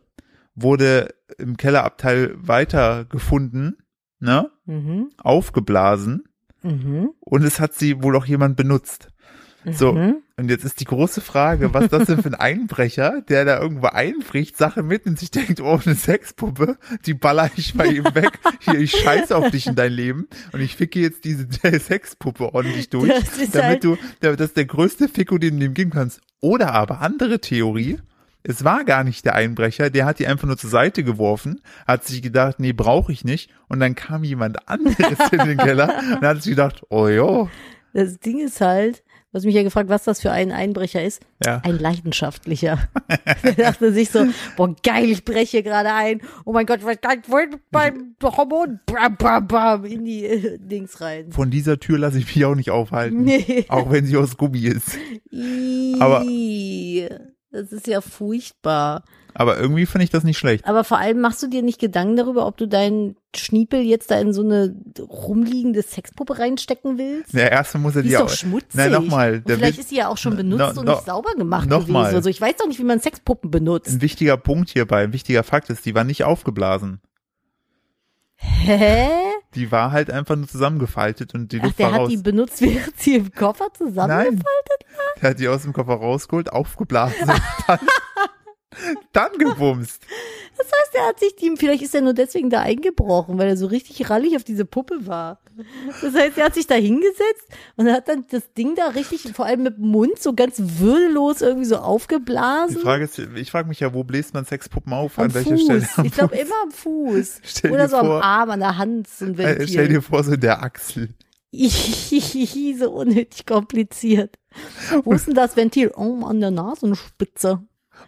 S1: wurde im Kellerabteil weiter gefunden, ne?
S2: Mhm.
S1: Aufgeblasen
S2: Mhm.
S1: und es hat sie wohl auch jemand benutzt. So,
S2: Mhm.
S1: und jetzt ist die große Frage, was das denn für ein Einbrecher, der da irgendwo einbricht, Sachen mit und sich denkt, oh, eine Sexpuppe, die baller ich bei ihm weg. Hier, ich scheiße auf dich in dein Leben und ich ficke jetzt diese Sexpuppe ordentlich durch,
S2: Das ist
S1: damit
S2: halt-
S1: du, damit das ist der größte Ficko, den du ihm geben kannst. Oder aber andere Theorie, es war gar nicht der Einbrecher, der hat die einfach nur zur Seite geworfen, hat sich gedacht, nee, brauche ich nicht. Und dann kam jemand anderes in den Keller und hat sich gedacht, oh jo,
S2: Das Ding ist halt, was mich ja gefragt, was das für ein Einbrecher ist.
S1: ja.
S2: Ein leidenschaftlicher. Der dachte sich so, boah, geil, ich breche gerade ein. Oh mein Gott, was kann ich wohl mit meinem Hormon bam, bam, bam, in die äh, Dings rein.
S1: Von dieser Tür lasse ich mich auch nicht aufhalten.
S2: Nee.
S1: Auch wenn sie aus Gummi ist. Aber-
S2: Ii, das ist ja furchtbar.
S1: Aber irgendwie finde ich das nicht schlecht.
S2: Aber vor allem machst du dir nicht Gedanken darüber, ob du deinen Schniepel jetzt da in so eine rumliegende Sexpuppe reinstecken willst?
S1: Der erste muss er
S2: Die
S1: die
S2: ist doch
S1: auch.
S2: schmutzig.
S1: Nein, nochmal,
S2: Und
S1: der
S2: Vielleicht
S1: wird-
S2: ist sie ja auch schon
S1: No-
S2: benutzt und
S1: no-
S2: nicht sauber gemacht
S1: nochmal.
S2: gewesen. Also ich weiß doch nicht, wie man Sexpuppen benutzt.
S1: Ein wichtiger Punkt hierbei, ein wichtiger Fakt ist, die war nicht aufgeblasen.
S2: Hä?
S1: Die war halt einfach nur zusammengefaltet und die
S2: Ach,
S1: Luft
S2: der
S1: war
S2: hat
S1: raus.
S2: die benutzt, während sie im Koffer zusammen.
S1: Nein. Der hat die aus dem Koffer rausgeholt, aufgeblasen und dann, dann gebumst.
S2: Das heißt, der hat sich die, vielleicht ist er nur deswegen da eingebrochen, weil er so richtig rallig auf diese Puppe war. Das heißt, er hat sich da hingesetzt und hat dann das Ding da richtig, vor allem mit dem Mund, so ganz würdelos irgendwie so
S1: Die
S2: aufgeblasen.
S1: Frage ist, ich frage mich ja, wo bläst man Sexpuppen auf?
S2: Also
S1: an
S2: Am
S1: welcher
S2: Fuß.
S1: Stelle? Am
S2: Ich glaube
S1: Fuß?
S2: immer am Fuß.
S1: Stell dir
S2: Oder so
S1: vor-
S2: am Arm, an der Hand, so ein
S1: Äh, Stell dir
S2: Ventil.
S1: vor, so in der Achsel.
S2: Ihihihi, so unnötig kompliziert. Wo ist denn das Ventil? Oh, an der Nasenspitze.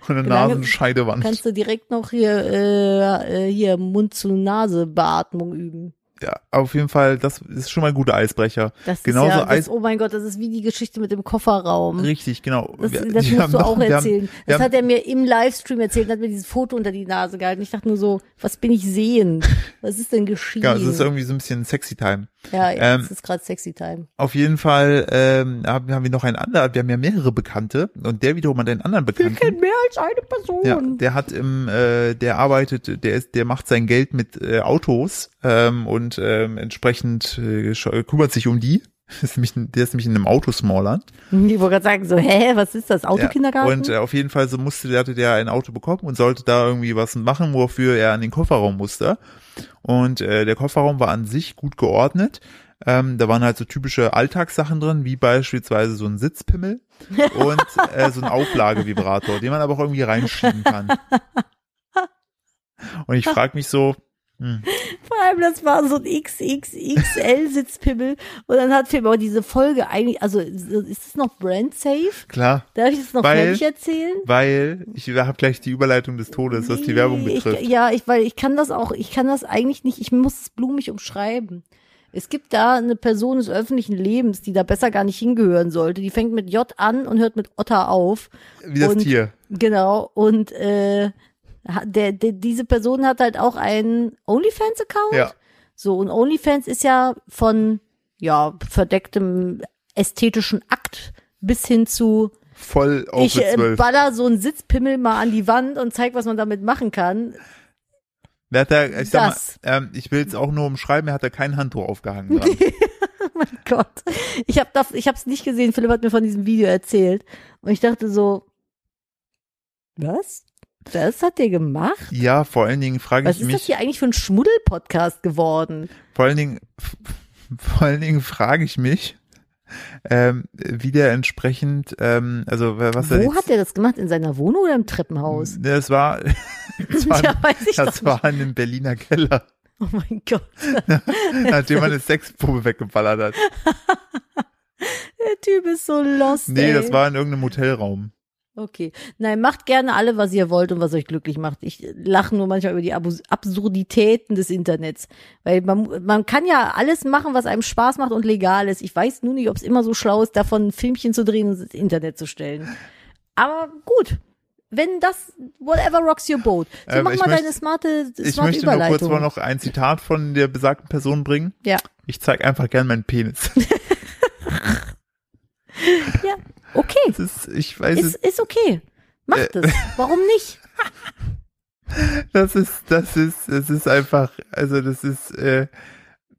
S1: Und eine
S2: Solange-
S1: Nasenscheidewand.
S2: Kannst du direkt noch hier, äh, äh, hier Mund-zu-Nase-Beatmung üben.
S1: Ja, auf jeden Fall, das ist schon mal ein guter Eisbrecher.
S2: Das
S1: Genauso
S2: ist ja,
S1: Eis-
S2: das, oh mein Gott, das ist wie die Geschichte mit dem Kofferraum.
S1: Richtig, genau.
S2: Mhm. Das,
S1: Wir-
S2: das
S1: wir
S2: musst
S1: haben
S2: du
S1: noch-
S2: auch
S1: wir haben-
S2: erzählen.
S1: wir
S2: das
S1: haben-
S2: hat er mir im Livestream erzählt und hat mir dieses Foto unter die Nase gehalten. Ich dachte nur so, was bin ich sehen? Was ist denn geschehen?
S1: Ja, es ist irgendwie so ein bisschen Sexy Time.
S2: ja, ja
S1: ähm,
S2: es ist gerade sexy time.
S1: Auf jeden Fall ähm, haben, haben wir noch einen anderen, wir haben ja mehrere Bekannte und der wiederum hat einen anderen Bekannten.
S2: mehr als eine Person.
S1: mhm. Ja, der hat im, äh, der arbeitet, der ist, der macht sein Geld mit äh, Autos ähm, und ähm, entsprechend äh, sch- kümmert sich um die. Ist nämlich, ein- der ist nämlich in einem Autosmallern.
S2: Ich wollte gerade sagen, so, hä, was ist das?
S1: Ja,
S2: Autokindergarten?
S1: und äh, auf jeden Fall so musste, der hatte der ein Auto bekommen und sollte da irgendwie was machen, wofür er an den Kofferraum musste. Und äh, der Kofferraum war an sich gut geordnet. Ähm, da waren halt so typische Alltagssachen drin, wie beispielsweise so ein Sitzpimmel und äh, so ein Auflagevibrator, den man aber auch irgendwie reinschieben kann. Und ich frage mich so, hm,
S2: Vor allem, das war so ein XXXL-Sitzpimmel. und dann hat Film aber diese Folge eigentlich, also ist es noch brand safe?
S1: klar,
S2: Darf ich das noch
S1: Weil-
S2: fertig erzählen?
S1: weil ich habe gleich die Überleitung des Todes, was die Werbung
S2: Nee, ich-
S1: betrifft.
S2: ja, ich, weil ich kann das auch, ich kann das eigentlich nicht, ich muss es blumig umschreiben. Es gibt da eine Person des öffentlichen Lebens, die da besser gar nicht hingehören sollte. Die fängt mit J an und hört mit Otter auf.
S1: Wie das
S2: und,
S1: Tier.
S2: Genau. Und äh, ha- der, der, diese Person hat halt auch einen OnlyFans-Account.
S1: Ja.
S2: So, und OnlyFans ist ja von ja, verdecktem ästhetischen Akt bis hin zu
S1: Voll auf
S2: ich
S1: mit
S2: äh,
S1: zwölf.
S2: baller so einen Sitzpimmel mal an die Wand und zeig, was man damit machen kann.
S1: Wer hat da, ich sag mal,
S2: Das.
S1: ähm, ich will es auch nur umschreiben, er hat da kein Handtuch aufgehangen. Dran.
S2: Gott. Ich habe ich hab's nicht gesehen, Philipp hat mir von diesem Video erzählt. Und ich dachte so, was? Das hat der gemacht?
S1: Ja, vor allen Dingen frage
S2: Was
S1: ich
S2: ist das
S1: mich,
S2: hier eigentlich für ein Schmuddel-Podcast geworden?
S1: vor allen Dingen, vor allen Dingen frage ich mich, ähm, wie der entsprechend, ähm, also was er
S2: Wo
S1: jetzt-
S2: hat der das gemacht? In seiner Wohnung oder im Treppenhaus?
S1: Ne, Es war, es war,
S2: Ja, weiß ich
S1: das
S2: doch
S1: war in einem Berliner Keller,
S2: nicht. Oh mein Gott.
S1: nachdem man eine Sexprobe weggeballert hat.
S2: Der Typ ist so lost.
S1: Nee,
S2: ey.
S1: das war in irgendeinem Hotelraum.
S2: Okay. Nein, macht gerne alle, was ihr wollt und was euch glücklich macht. Ich lache nur manchmal über die Abus Absurditäten des Internets. Weil man, man kann ja alles machen, was einem Spaß macht und legal ist. Ich weiß nur nicht, ob es immer so schlau ist, davon ein Filmchen zu drehen und ins Internet zu stellen. Aber gut. Wenn das, whatever rocks your boat. So,
S1: Ähm,
S2: mach
S1: ich
S2: mal
S1: möchte-
S2: deine smarte, smarte
S1: Ich möchte nur
S2: Überleitung.
S1: kurz mal noch ein Zitat von der besagten Person bringen.
S2: ja.
S1: Ich zeige einfach gern meinen Penis.
S2: ja. Okay.
S1: Das ist, ich weiß
S2: Ist,
S1: es, Äh,
S2: ist okay. Macht es. Warum nicht?
S1: das ist, das ist, das ist einfach, also das ist, äh,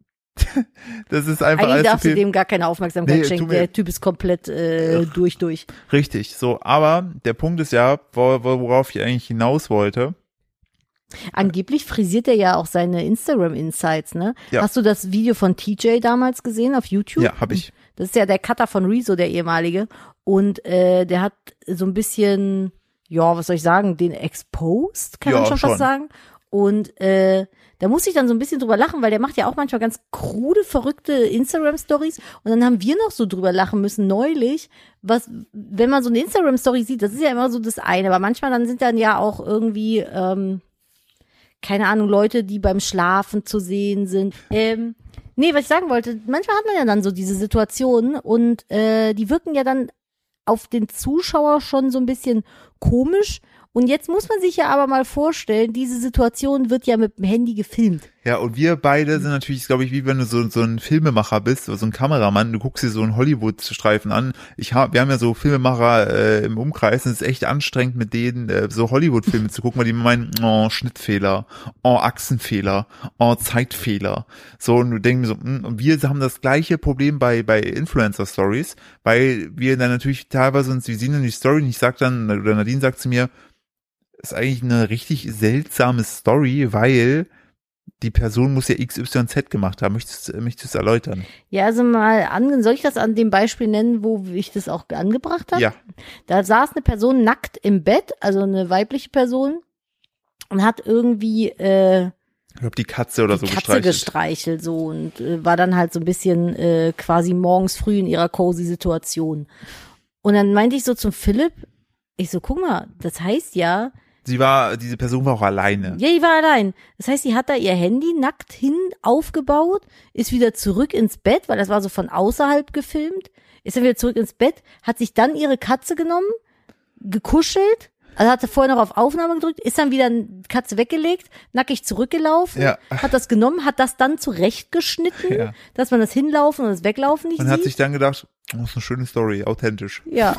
S1: das ist einfach
S2: Eigentlich
S1: alles
S2: darfst
S1: zu
S2: du
S1: viel.
S2: dem gar keine Aufmerksamkeit
S1: Nee, tu
S2: schenken.
S1: mir-
S2: Der Typ ist komplett äh, durch, durch.
S1: Richtig, so. Aber der Punkt ist ja, wo- wo- worauf ich eigentlich hinaus wollte.
S2: Angeblich frisiert er ja auch seine Instagram-Insights, ne?
S1: Ja.
S2: Hast du das Video von TJ damals gesehen auf YouTube?
S1: Ja, habe ich.
S2: Das ist ja der Cutter von Rezo, der ehemalige. Und äh, der hat so ein bisschen, ja, was soll ich sagen, den exposed, kann
S1: Ja,
S2: man schon,
S1: schon.
S2: fast sagen. Und äh, da muss ich dann so ein bisschen drüber lachen, weil der macht ja auch manchmal ganz krude, verrückte Instagram-Stories. Und dann haben wir noch so drüber lachen müssen, neulich, was, wenn man so eine Instagram-Story sieht, das ist ja immer so das eine. Aber manchmal dann sind dann ja auch irgendwie, ähm, keine Ahnung, Leute, die beim Schlafen zu sehen sind. Ähm, nee, was ich sagen wollte, manchmal hat man ja dann so diese Situationen und äh, die wirken ja dann auf den Zuschauer schon so ein bisschen komisch. Und jetzt muss man sich ja aber mal vorstellen, diese Situation wird ja mit dem Handy gefilmt.
S1: Ja, und wir beide sind natürlich, glaube ich, wie wenn du so, so ein Filmemacher bist, so ein Kameramann, du guckst dir so einen Hollywood-Streifen an. Ich hab, wir haben ja so Filmemacher äh, im Umkreis und es ist echt anstrengend, mit denen äh, so Hollywood-Filme zu gucken, weil die immer meinen, oh, Schnittfehler, oh, Achsenfehler, oh, Zeitfehler. So, und du denkst mir so, hm, und wir haben das gleiche Problem bei, bei Influencer-Stories, weil wir dann natürlich teilweise uns, wir sehen dann die Story und ich sag dann, oder Nadine sagt zu mir, ist eigentlich eine richtig seltsame Story, weil die Person muss ja XYZ gemacht haben. Möchtest, äh, möchtest du es erläutern?
S2: Ja, also mal an, soll ich das an dem Beispiel nennen, wo ich das auch angebracht habe?
S1: Ja.
S2: Da saß eine Person nackt im Bett, also eine weibliche Person, und hat irgendwie äh,
S1: Ich glaube, die Katze oder
S2: die
S1: so
S2: Katze
S1: gestreichelt.
S2: gestreichelt so und äh, war dann halt so ein bisschen äh, quasi morgens früh in ihrer cozy Situation. Und dann meinte ich so zum Philipp, ich so, guck mal, das heißt ja,
S1: Sie war, diese Person war auch alleine.
S2: ja, die war allein. Das heißt, sie hat da ihr Handy nackt hin aufgebaut, ist wieder zurück ins Bett, weil das war so von außerhalb gefilmt, ist dann wieder zurück ins Bett, hat sich dann ihre Katze genommen, gekuschelt, also hatte vorher noch auf Aufnahme gedrückt, ist dann wieder die Katze weggelegt, nackig zurückgelaufen,
S1: Ja.
S2: hat das genommen, hat das dann zurechtgeschnitten,
S1: Ja.
S2: dass man das Hinlaufen und das Weglaufen nicht
S1: Man
S2: sieht.
S1: hat sich dann gedacht, oh, ist eine schöne Story, authentisch.
S2: ja.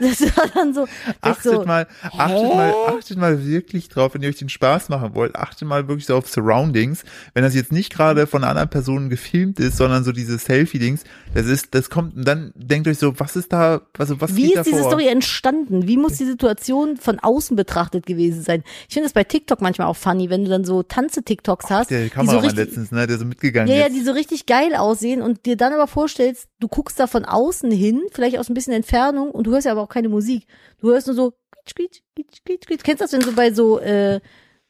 S2: Das war dann so. ich
S1: Achtet
S2: so
S1: mal, achtet
S2: hä?
S1: mal, achtet mal wirklich drauf, wenn ihr euch den Spaß machen wollt, achtet mal wirklich so auf Surroundings. Wenn das jetzt nicht gerade von einer anderen Person gefilmt ist, sondern so diese Selfie-Dings, das ist, das kommt, und dann denkt euch so, was ist da, also was
S2: Wie
S1: geht
S2: ist
S1: da
S2: diese
S1: vor?
S2: Story entstanden? Wie muss die Situation von außen betrachtet gewesen sein? Ich finde das bei TikTok manchmal auch funny, wenn du dann so Tanze-TikToks hast,
S1: Der
S2: die so
S1: Kameramann
S2: richtig,
S1: letztens, ne, der so mitgegangen
S2: ja, ja,
S1: ist.
S2: die so richtig geil aussehen und dir dann aber vorstellst, du guckst da von außen hin, vielleicht aus ein bisschen Entfernung und du hörst ja aber auch keine Musik. Du hörst nur so quietsch, quietsch, quietsch, quietsch, quietsch. Kennst du das, wenn so bei so, äh,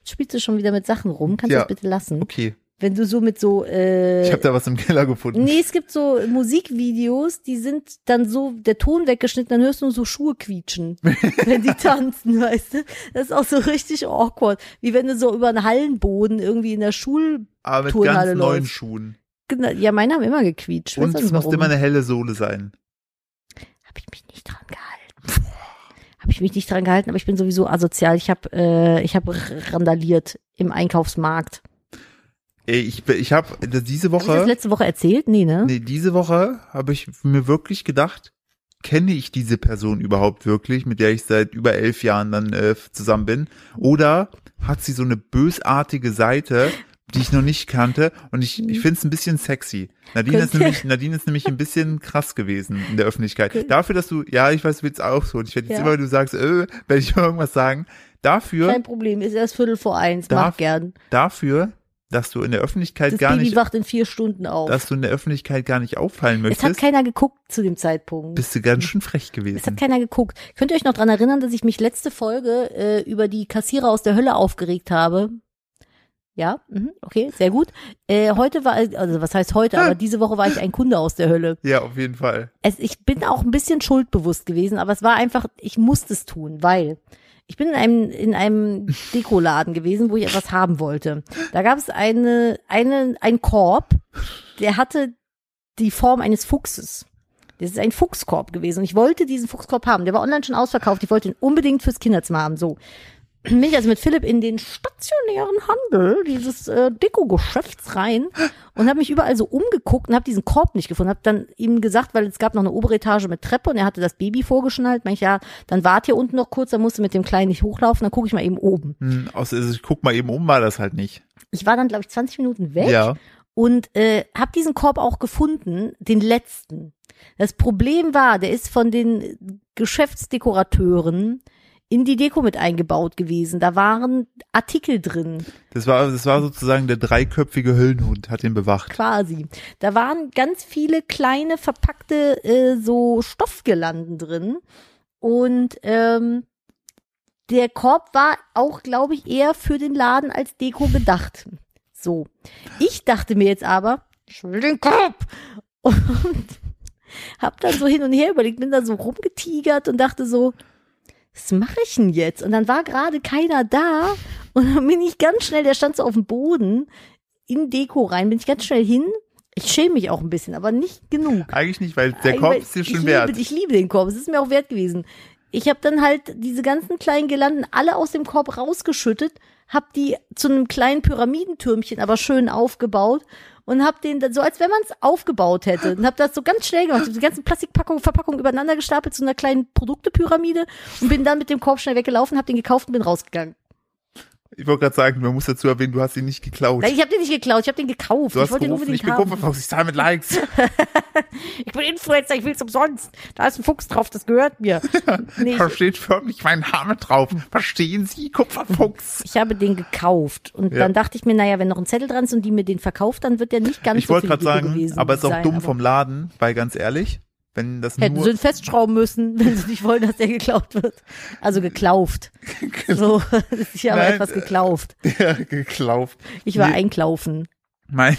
S2: spielst du schon wieder mit Sachen rum? Kannst
S1: Ja.
S2: du das bitte lassen?
S1: Okay,
S2: Wenn du so mit so, äh,
S1: ich habe da was im Keller gefunden.
S2: Nee, es gibt so Musikvideos, die sind dann so, der Ton weggeschnitten, dann hörst du nur so Schuhe quietschen, wenn die tanzen, weißt du? Das ist auch so richtig awkward. Wie wenn du so über einen Hallenboden irgendwie in der Schul...
S1: aber mit
S2: Turnhalle
S1: ganz neuen
S2: läuft.
S1: Schuhen.
S2: Genau, Ja, meine haben immer gequietscht.
S1: Und es muss
S2: warum.
S1: immer eine helle Sohle sein.
S2: Habe ich mich nicht dran gehalten. Habe ich mich nicht dran gehalten, aber ich bin sowieso asozial. Ich habe äh, ich hab randaliert im Einkaufsmarkt.
S1: Ey, Ich, ich habe diese
S2: Habe ich das
S1: Woche,
S2: letzte Woche erzählt? Nee, ne?
S1: nee, diese Woche habe ich mir wirklich gedacht, kenne ich diese Person überhaupt wirklich, mit der ich seit über elf Jahren dann äh, zusammen bin? Oder hat sie so eine bösartige Seite, die ich noch nicht kannte. Und ich,
S2: Mhm.
S1: ich finde es ein bisschen sexy. Nadine ist, nämlich, Nadine ist nämlich ein bisschen krass gewesen in der Öffentlichkeit. Dafür, dass du, ja, ich weiß, du willst auch so. Und ich werde jetzt
S2: Ja.
S1: immer, wenn du sagst, äh, werde ich irgendwas sagen. Dafür,
S2: Kein Problem, ist erst Viertel vor eins,
S1: Darf-
S2: mach gern.
S1: dafür, dass du in der Öffentlichkeit
S2: Das
S1: gar
S2: Baby
S1: nicht,
S2: wacht in vier Stunden auf.
S1: dass du in der Öffentlichkeit gar nicht auffallen
S2: es hat
S1: möchtest,
S2: keiner geguckt zu dem Zeitpunkt.
S1: bist du ganz schön frech
S2: Es hat
S1: gewesen.
S2: keiner geguckt. Könnt ihr euch noch dran erinnern, dass ich mich letzte Folge äh, über die Kassierer aus der Hölle aufgeregt habe? Ja, mhm, okay, sehr gut. Äh, heute war, also was heißt heute, aber diese Woche war ich ein Kunde aus der Hölle.
S1: Ja, auf jeden Fall.
S2: Es, ich bin auch ein bisschen schuldbewusst gewesen, aber es war einfach, ich musste es tun, weil ich bin in einem, in einem Dekoladen gewesen, wo ich etwas haben wollte. Da gab es eine, eine, einen Korb, der hatte die Form eines Fuchses. Das ist ein Fuchskorb gewesen und ich wollte diesen Fuchskorb haben. Der war online schon ausverkauft. Ich wollte ihn unbedingt fürs Kinderzimmer haben. So. Bin ich also mit Philipp in den stationären Handel dieses äh, Deko-Geschäfts rein und habe mich überall so umgeguckt und habe diesen Korb nicht gefunden. Habe dann ihm gesagt, weil es gab noch eine obere Etage mit Treppe und er hatte das Baby vorgeschnallt. Meinte ich, ja, dann wart hier unten noch kurz, dann musst du mit dem Kleinen nicht hochlaufen, dann gucke ich mal eben oben.
S1: Hm, außer, also ich guck mal eben um, war das halt nicht.
S2: Ich war dann, glaube ich, 20 Minuten weg
S1: Ja.
S2: und äh, habe diesen Korb auch gefunden, den letzten. Das Problem war, der ist von den Geschäftsdekorateuren in die Deko mit eingebaut gewesen. Da waren Artikel drin,
S1: Das war, das war sozusagen der dreiköpfige Höllenhund, hat ihn bewacht.
S2: quasi. Da waren ganz viele kleine verpackte äh, so Stoffgelanden drin und ähm, der Korb war auch, glaube ich, eher für den Laden als Deko gedacht. So. Ich dachte mir jetzt aber, ich will den Korb. Und hab dann so hin und her überlegt, bin da so rumgetigert und dachte so, was mache ich denn jetzt? Und dann war gerade keiner da und dann bin ich ganz schnell, der stand so auf dem Boden, in Deko rein, bin ich ganz schnell hin. Ich schäme mich auch ein bisschen, aber nicht genug.
S1: Eigentlich nicht, weil der
S2: Ich
S1: Korb
S2: mein,
S1: ist dir
S2: ich
S1: schon wert.
S2: Liebe, ich liebe den Korb, es ist mir auch wert gewesen. Ich habe dann halt diese ganzen kleinen Girlanden alle aus dem Korb rausgeschüttet, habe die zu einem kleinen Pyramidentürmchen aber schön aufgebaut und habe den dann so, als wenn man es aufgebaut hätte. Und habe das so ganz schnell gemacht, hab die ganzen Plastikpackungen, Verpackungen übereinander gestapelt zu einer kleinen Produktepyramide und bin dann mit dem Korb schnell weggelaufen, habe den gekauft und bin rausgegangen.
S1: Ich wollte gerade sagen, man muss dazu erwähnen, du hast ihn nicht geklaut.
S2: Nein, ich habe den nicht geklaut, ich habe den gekauft.
S1: du
S2: Ich
S1: hast
S2: wollte den
S1: gerufen,
S2: unbedingt
S1: ich bin
S2: haben.
S1: Kupferfuchs, ich zahle mit Likes.
S2: Ich bin Influencer, ich will's umsonst. Da ist ein Fuchs drauf, das gehört mir. Nee,
S1: Da
S2: ich,
S1: steht förmlich mein Name drauf. Verstehen Sie, Kupferfuchs?
S2: ich habe den gekauft. Und
S1: Ja.
S2: dann dachte ich mir, naja, wenn noch ein Zettel dran ist und die mir den verkauft, dann wird der nicht ganz
S1: Ich
S2: so
S1: wollte
S2: viel
S1: gerade
S2: Deko
S1: sagen,
S2: gewesen
S1: aber es ist auch
S2: sein,
S1: dumm
S2: aber
S1: vom Laden, weil ganz ehrlich, wenn das
S2: Hätten sie
S1: nur
S2: ihn festschrauben müssen, wenn sie nicht wollen, dass der geklaut wird. Also geklauft. so, ich habe
S1: Nein,
S2: etwas
S1: äh,
S2: geklauft.
S1: der geklauft.
S2: Ich war
S1: nee.
S2: einklaufen.
S1: Mein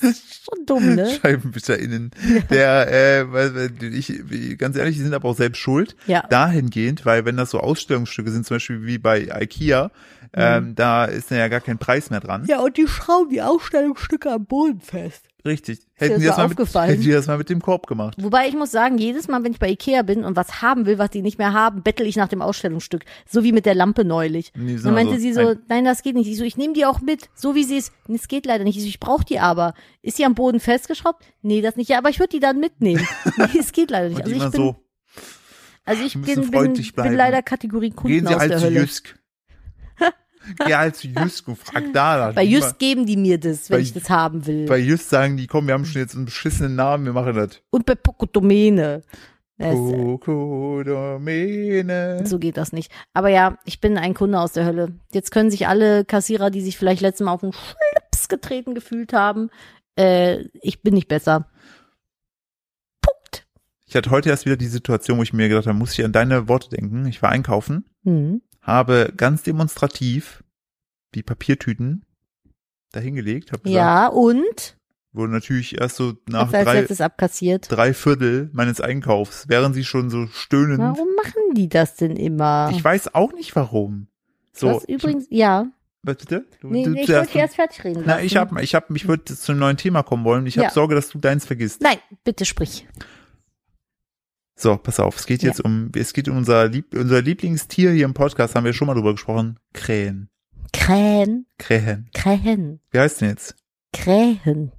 S2: Schon dumm, ne?
S1: ScheibenwischerInnen, der, äh, weil- weil ich, wie- ganz ehrlich, die sind aber auch selbst schuld.
S2: Ja.
S1: Dahingehend, weil wenn das so Ausstellungsstücke sind, zum Beispiel wie bei IKEA, ähm, da ist dann ja gar kein Preis mehr dran.
S2: Mhm. Ja, und die schrauben die Ausstellungsstücke am Boden fest.
S1: Richtig. Hätten die,
S2: das
S1: das
S2: mal
S1: mal mit,
S2: aufgefallen?
S1: hätten die das mal mit dem Korb gemacht.
S2: Wobei ich muss sagen, jedes Mal, wenn ich bei Ikea bin und was haben will, was die nicht mehr haben, bettel ich nach dem Ausstellungsstück. So wie mit der Lampe neulich.
S1: Nee,
S2: dann
S1: sondern
S2: meinte
S1: so, also
S2: sie so, nein, das geht nicht. Ich so, ich nehme die auch mit, so wie sie ist. Nee, Es geht leider nicht. Ich, so, ich brauche die aber. Ist sie am Boden festgeschraubt? Nee, das nicht. Ja, aber ich würde die dann mitnehmen. nee, es geht leider nicht.
S1: Und
S2: Also
S1: immer
S2: ich bin,
S1: so,
S2: also ich
S1: wir
S2: bin,
S1: müssen
S2: bin,
S1: freundlich
S2: bin
S1: bleiben.
S2: leider Kategorie Kunden
S1: gehen Sie
S2: aus
S1: halt
S2: der
S1: zu
S2: Hölle.
S1: Jysk. Geh halt zu Jysk und frag da. dann.
S2: Bei
S1: Immer-
S2: Just geben die mir das, wenn
S1: Bei-
S2: ich das haben will.
S1: Bei Jysk sagen die, komm, wir haben schon jetzt einen beschissenen Namen, wir machen das.
S2: und bei Pocodomene. Das-
S1: Kokodomene.
S2: So geht das nicht. Aber ja, ich bin ein Kunde aus der Hölle. Jetzt können sich alle Kassierer, die sich vielleicht letztes Mal auf den Schlips getreten gefühlt haben, äh, ich bin nicht besser. Punkt.
S1: Ich hatte heute erst wieder die Situation, wo ich mir gedacht habe, muss ich an deine Worte denken. Ich war einkaufen, Mhm.
S2: Hm.
S1: habe ganz demonstrativ die Papiertüten dahingelegt, habe gesagt,
S2: Ja, und?
S1: wurde natürlich erst so nach
S2: Hat's als
S1: drei,
S2: letztes abkassiert.
S1: drei Viertel meines Einkaufs, während sie schon so stöhnend.
S2: Warum machen die das denn immer?
S1: Ich weiß auch nicht warum. So,
S2: Was übrigens, ja.
S1: Ich, was bitte? Du,
S2: Nee,
S1: du
S2: nee, ich
S1: zuerst.
S2: wollte erst fertig reden.
S1: Na,
S2: lassen.
S1: ich hab, ich hab, ich würde zu einem neuen Thema kommen wollen. Ich habe
S2: Ja.
S1: Sorge, dass du deins vergisst.
S2: Nein, bitte sprich.
S1: So, pass auf. Es geht jetzt um, es geht um unser, Lieb, unser Lieblingstier hier im Podcast. Haben wir schon mal drüber gesprochen. Krähen.
S2: Krähen,
S1: Krähen.
S2: Krähen,
S1: Wie heißt denn jetzt?
S2: Krähen.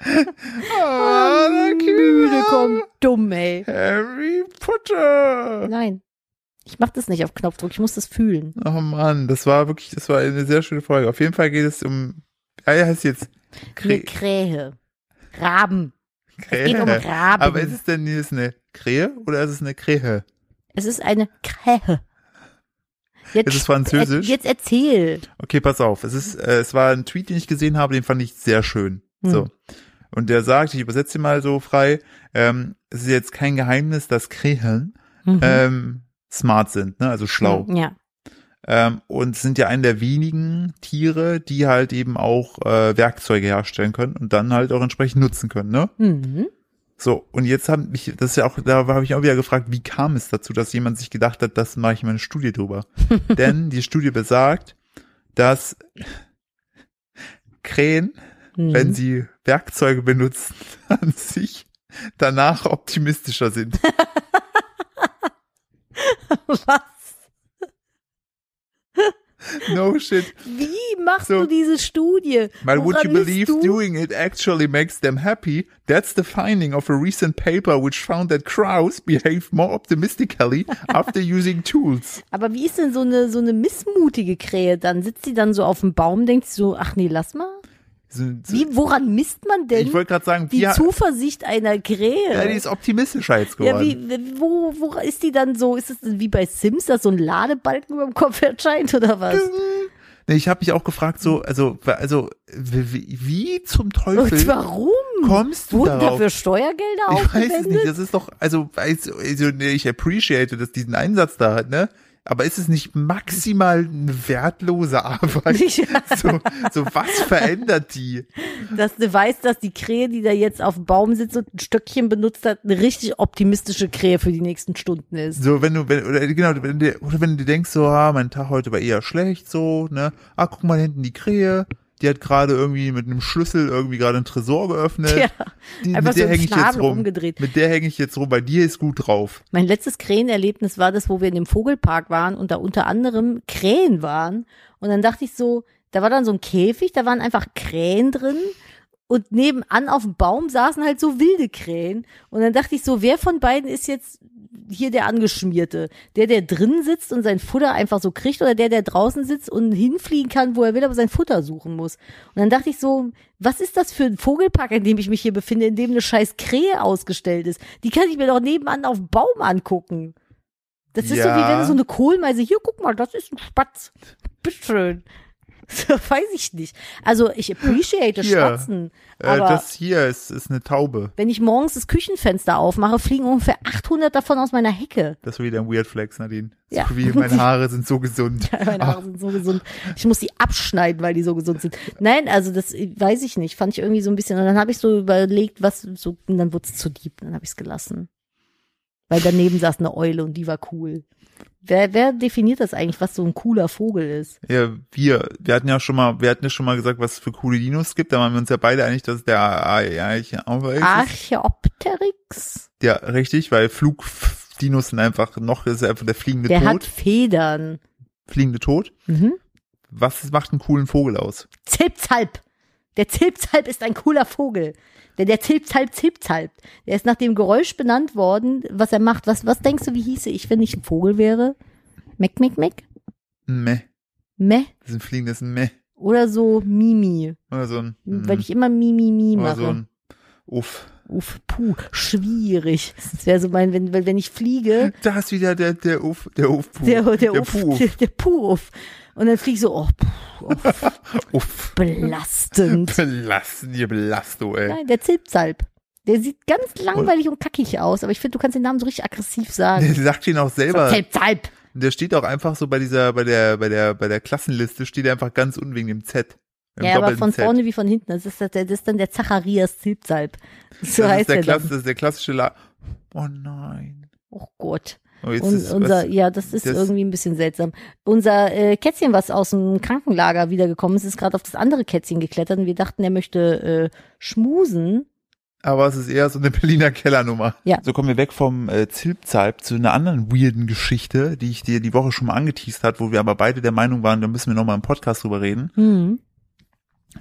S1: Ah, der
S2: müde
S1: Kühne.
S2: kommt dumm, ey.
S1: Harry Potter.
S2: Nein. Ich mache das nicht auf Knopfdruck, ich muss das fühlen.
S1: Oh Mann, das war wirklich, das war eine sehr schöne Folge. Auf jeden Fall geht es um, ja, ja, heißt jetzt Krä
S2: Eine Krähe. Raben.
S1: Krähe.
S2: Es geht um Raben.
S1: Aber ist es denn jetzt eine Krähe oder ist es eine Krähe?
S2: Es ist eine Krähe. Jetzt,
S1: Ist es französisch?
S2: Jetzt erzähl.
S1: Okay, pass auf. Es ist, äh, es war ein Tweet, den ich gesehen habe, den fand ich sehr schön.
S2: Hm.
S1: So. Und der sagt, ich übersetze ihn mal so frei, ähm, es ist jetzt kein Geheimnis, dass Krähen
S2: Mhm.
S1: ähm, smart sind, ne? also schlau.
S2: Ja.
S1: Ähm, und sind ja einen der wenigen Tiere, die halt eben auch äh, Werkzeuge herstellen können und dann halt auch entsprechend nutzen können, ne?
S2: Mhm.
S1: So, und jetzt haben mich, das ist ja auch, da habe ich auch wieder gefragt, wie kam es dazu, dass jemand sich gedacht hat, das mache ich mal eine Studie drüber. Denn die Studie besagt, dass Krähen,
S2: Mhm.
S1: wenn sie Werkzeuge benutzen an sich, danach optimistischer sind.
S2: Was?
S1: No shit.
S2: Wie machst
S1: So.
S2: du diese Studie?
S1: But would
S2: Woran
S1: you
S2: misst
S1: believe
S2: du?
S1: doing it actually makes them happy? That's the finding of a recent paper which found that crows behave more optimistically after using tools.
S2: Aber wie ist denn so eine, so eine missmutige Krähe dann? Sitzt sie dann so auf dem Baum, denkt sie so, ach nee, lass mal.
S1: So- so-
S2: Wie, woran misst man denn
S1: Ich wollte gerade sagen,
S2: die
S1: wie,
S2: Zuversicht einer Krähe?
S1: Ja, die ist optimistischer jetzt
S2: Ja,
S1: geworden.
S2: wie, wie- wo, wo ist die dann so? Ist es denn wie bei Sims, dass so ein Ladebalken über dem Kopf erscheint oder was?
S1: nee, ich habe mich auch gefragt, so, also, also, wie, wie- wie zum Teufel
S2: Und warum?
S1: kommst du
S2: Wurden
S1: darauf?
S2: dafür Steuergelder
S1: Ich weiß es
S2: aufgewendet?
S1: nicht, das ist doch, also, also, also nee, ich appreciate, dass diesen Einsatz da hat, ne? Aber ist es nicht maximal eine wertlose Arbeit?
S2: Ja.
S1: So, so was verändert die?
S2: Das Device, dass die Krähe, die da jetzt auf dem Baum sitzt und ein Stöckchen benutzt hat, eine richtig optimistische Krähe für die nächsten Stunden ist.
S1: So, wenn du, wenn, oder genau, wenn du, oder wenn du denkst, so, ah, mein Tag heute war eher schlecht, so, ne? Ah, guck mal hinten die Krähe, die hat gerade irgendwie mit einem Schlüssel irgendwie gerade einen Tresor geöffnet.
S2: Ja,
S1: die, mit
S2: einfach so
S1: der
S2: im
S1: hänge ich jetzt
S2: Schnabel
S1: rum.
S2: rumgedreht.
S1: Mit der hänge ich jetzt rum, bei dir ist gut drauf.
S2: Mein letztes Krähenerlebnis war das, wo wir in dem Vogelpark waren und da unter anderem Krähen waren. Und dann dachte ich so, da war dann so ein Käfig, da waren einfach Krähen drin. Und nebenan auf dem Baum saßen halt so wilde Krähen. Und dann dachte ich so, wer von beiden ist jetzt hier der Angeschmierte? Der, der drin sitzt und sein Futter einfach so kriegt oder der, der draußen sitzt und hinfliegen kann, wo er will, aber sein Futter suchen muss? Und dann dachte ich so, was ist das für ein Vogelpark, in dem ich mich hier befinde, in dem eine scheiß Krähe ausgestellt ist? Die kann ich mir doch nebenan auf dem Baum angucken. Das ist so wie
S1: Ja.
S2: wenn du so eine Kohlmeise, hier guck mal, das ist ein Spatz. Bitteschön. So, weiß ich nicht. Also ich appreciate
S1: Hier,
S2: Spatzen,
S1: Äh,
S2: aber
S1: das hier ist, ist eine Taube.
S2: wenn ich morgens das Küchenfenster aufmache, fliegen ungefähr 800 davon aus meiner Hecke.
S1: Das war wieder ein Weird Flex, Nadine.
S2: Ja.
S1: So wie meine Haare sind so gesund.
S2: Meine Haare sind so gesund. Ich muss die abschneiden, weil die so gesund sind. Nein, also das äh, weiß ich nicht. Fand ich irgendwie so ein bisschen. Und dann habe ich so überlegt, was so, und dann wurde es zu deep. Dann habe ich es gelassen. Weil daneben saß eine Eule und die war cool. Wer, wer definiert das eigentlich, was so ein cooler Vogel ist?
S1: Ja, wir, wir hatten ja schon mal, wir hatten ja schon mal gesagt, was es für coole Dinos gibt. Da waren wir uns ja beide einig, dass der Archeopteryx ist.
S2: Archaeopteryx?
S1: Ja, richtig, weil Flugdinos sind einfach noch, das ist einfach der fliegende
S2: Der hat
S1: Tod.
S2: Federn.
S1: Fliegende Tod.
S2: Mhm.
S1: Was macht einen coolen Vogel aus?
S2: Zilpzalp. Der Zilpzalp ist ein cooler Vogel. Denn der Zilpzalp zilpzalpt. Der ist nach dem Geräusch benannt worden, was er macht. Was, was denkst du, wie hieße ich, wenn ich ein Vogel wäre? Meck, meck, meck?
S1: Ein Meh.
S2: Meh?
S1: Das ist ein fliegendes Meh.
S2: Oder so Mimi.
S1: Oder so ein. mm,
S2: Weil Hm, ich immer Mimi, Mimi
S1: Mhm. oder so
S2: mache.
S1: ein Uff.
S2: Uff, puh, schwierig. Das wäre so mein, wenn, wenn wenn ich fliege,
S1: Da ist wieder der, der Uff, der Uff.
S2: der, der, Uff,
S1: Puff.
S2: der, der Puh, Uff. Und dann fliege ich so, oh, puh, uff,
S1: Uff.
S2: belastend.
S1: Belasten, ihr Belasto, ey.
S2: Nein, der Zilpzalp. Der sieht ganz langweilig und kackig aus, aber ich finde, du kannst den Namen so richtig aggressiv sagen.
S1: Der sagt ihn auch selber.
S2: Zilpzalp.
S1: Der steht auch einfach so bei dieser, bei der, bei der, bei der Klassenliste steht er einfach ganz unwegen dem Z. Im
S2: Ja, aber
S1: doppelten
S2: von
S1: Z.
S2: vorne wie von hinten. Das ist, das ist dann der Zacharias Zilpzalp. So
S1: das, ist
S2: heißt
S1: der
S2: er
S1: Klasse,
S2: dann.
S1: das ist der klassische La Oh nein.
S2: Oh Gott.
S1: Oh, jetzt
S2: Und
S1: ist was-
S2: unser, ja, das ist
S1: das-
S2: irgendwie ein bisschen seltsam. Unser äh, Kätzchen, was aus dem Krankenlager wiedergekommen ist, ist gerade auf das andere Kätzchen geklettert und wir dachten, er möchte äh, schmusen.
S1: Aber es ist eher so eine Berliner Kellernummer.
S2: Ja.
S1: So kommen wir weg vom äh, Zilpzalp zu einer anderen weirden Geschichte, die ich dir die Woche schon mal angeteased hat, wo wir aber beide der Meinung waren, da müssen wir nochmal im Podcast drüber reden.
S2: Hm.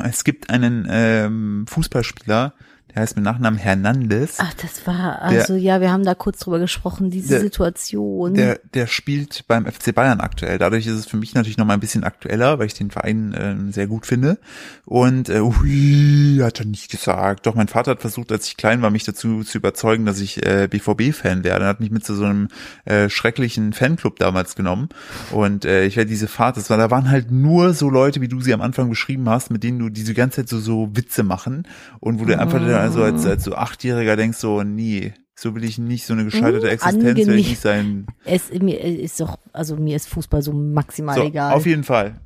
S1: Es gibt einen ähm, Fußballspieler, der heißt mit Nachnamen Hernandez.
S2: Ach, das war, also ja, wir haben da kurz drüber gesprochen, diese
S1: Der-
S2: Situation.
S1: Der, der spielt beim FC Bayern aktuell. Dadurch ist es für mich natürlich noch mal ein bisschen aktueller, weil ich den Verein ähm, sehr gut finde. Und äh, hui, hat er nicht gesagt. Doch mein Vater hat versucht, als ich klein war, mich dazu zu überzeugen, dass ich äh, BVB-Fan werde. Er hat mich mit zu so einem äh, schrecklichen Fanclub damals genommen. Und äh, ich werde diese Fahrt, das war, da waren halt nur so Leute, wie du sie am Anfang beschrieben hast, mit denen du diese ganze Zeit so, so Witze machen und wo du einfach dann also als, als so Achtjähriger denkst so, nee. So will ich nicht so eine gescheiterte
S2: Mm,
S1: Existenz, will ich
S2: angenehm.
S1: nicht sein.
S2: es, mir ist doch, also mir ist Fußball so maximal
S1: So,
S2: egal.
S1: auf jeden Fall.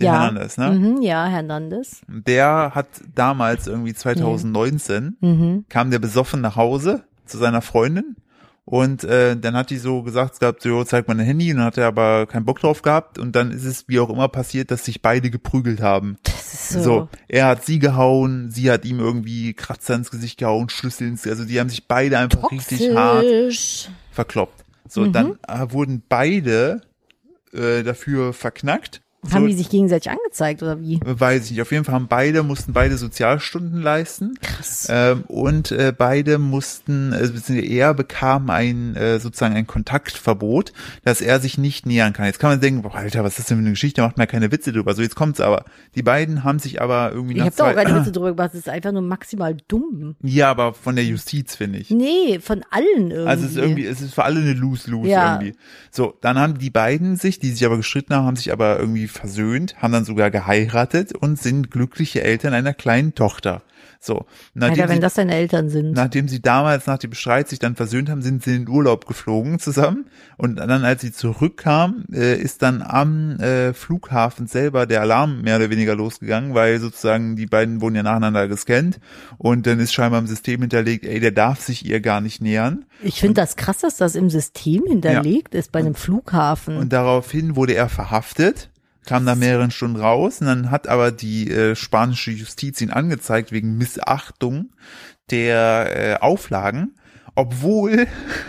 S1: Der
S2: ja.
S1: Hernandez, ne?
S2: Mhm, ja, Hernandez.
S1: Der hat damals irgendwie 2019
S2: Mhm.
S1: kam der besoffen nach Hause zu seiner Freundin und äh, dann hat die so gesagt, es gab so, "Jo, zeig mal dein Handy und dann hat er aber keinen Bock drauf gehabt und dann ist es wie auch immer passiert, dass sich beide geprügelt haben.
S2: Das ist
S1: So.
S2: so.
S1: er hat sie gehauen, sie hat ihm irgendwie Kratzer ins Gesicht gehauen, Schlüssel ins, also die haben sich beide einfach richtig hart
S2: toxisch.
S1: verkloppt. So,
S2: Mhm.
S1: dann äh, wurden beide äh, dafür verknackt.
S2: Haben
S1: so,
S2: die sich gegenseitig angezeigt oder wie?
S1: Weiß ich nicht. Auf jeden Fall haben beide, mussten beide Sozialstunden leisten.
S2: Krass.
S1: Ähm, und äh, beide mussten, äh, beziehungsweise er bekam ein, äh, sozusagen ein Kontaktverbot, dass er sich nicht nähern kann. Jetzt kann man denken, boah, Alter, was ist das denn für eine Geschichte? Da macht man ja keine Witze drüber. So, jetzt kommt's aber. Die beiden haben sich aber irgendwie
S2: Ich
S1: nach
S2: habe da auch
S1: zwei,
S2: keine Witze drüber gemacht, das ist einfach nur maximal dumm.
S1: ja, aber von der Justiz, finde ich.
S2: Nee, von allen irgendwie.
S1: Also es ist irgendwie, es ist für alle eine Lose-Lose
S2: Mhm. Ja.
S1: irgendwie. So, dann haben die beiden sich, die sich aber gestritten haben, haben sich aber irgendwie versöhnt, haben dann sogar geheiratet und sind glückliche Eltern einer kleinen Tochter. So, nachdem,
S2: Alter,
S1: sie,
S2: wenn das deine Eltern sind.
S1: nachdem sie damals nach dem Streit sich dann versöhnt haben, sind sie in den Urlaub geflogen zusammen. Und dann, als sie zurückkam, äh, ist dann am äh, Flughafen selber der Alarm mehr oder weniger losgegangen, weil sozusagen die beiden wurden ja nacheinander gescannt und dann ist scheinbar im System hinterlegt, ey, der darf sich ihr gar nicht nähern.
S2: ich finde das krass, dass das im System hinterlegt ist bei einem Flughafen.
S1: Und daraufhin wurde er verhaftet, kam nach mehreren Stunden raus und dann hat aber die äh, spanische Justiz ihn angezeigt wegen Missachtung der äh, Auflagen, obwohl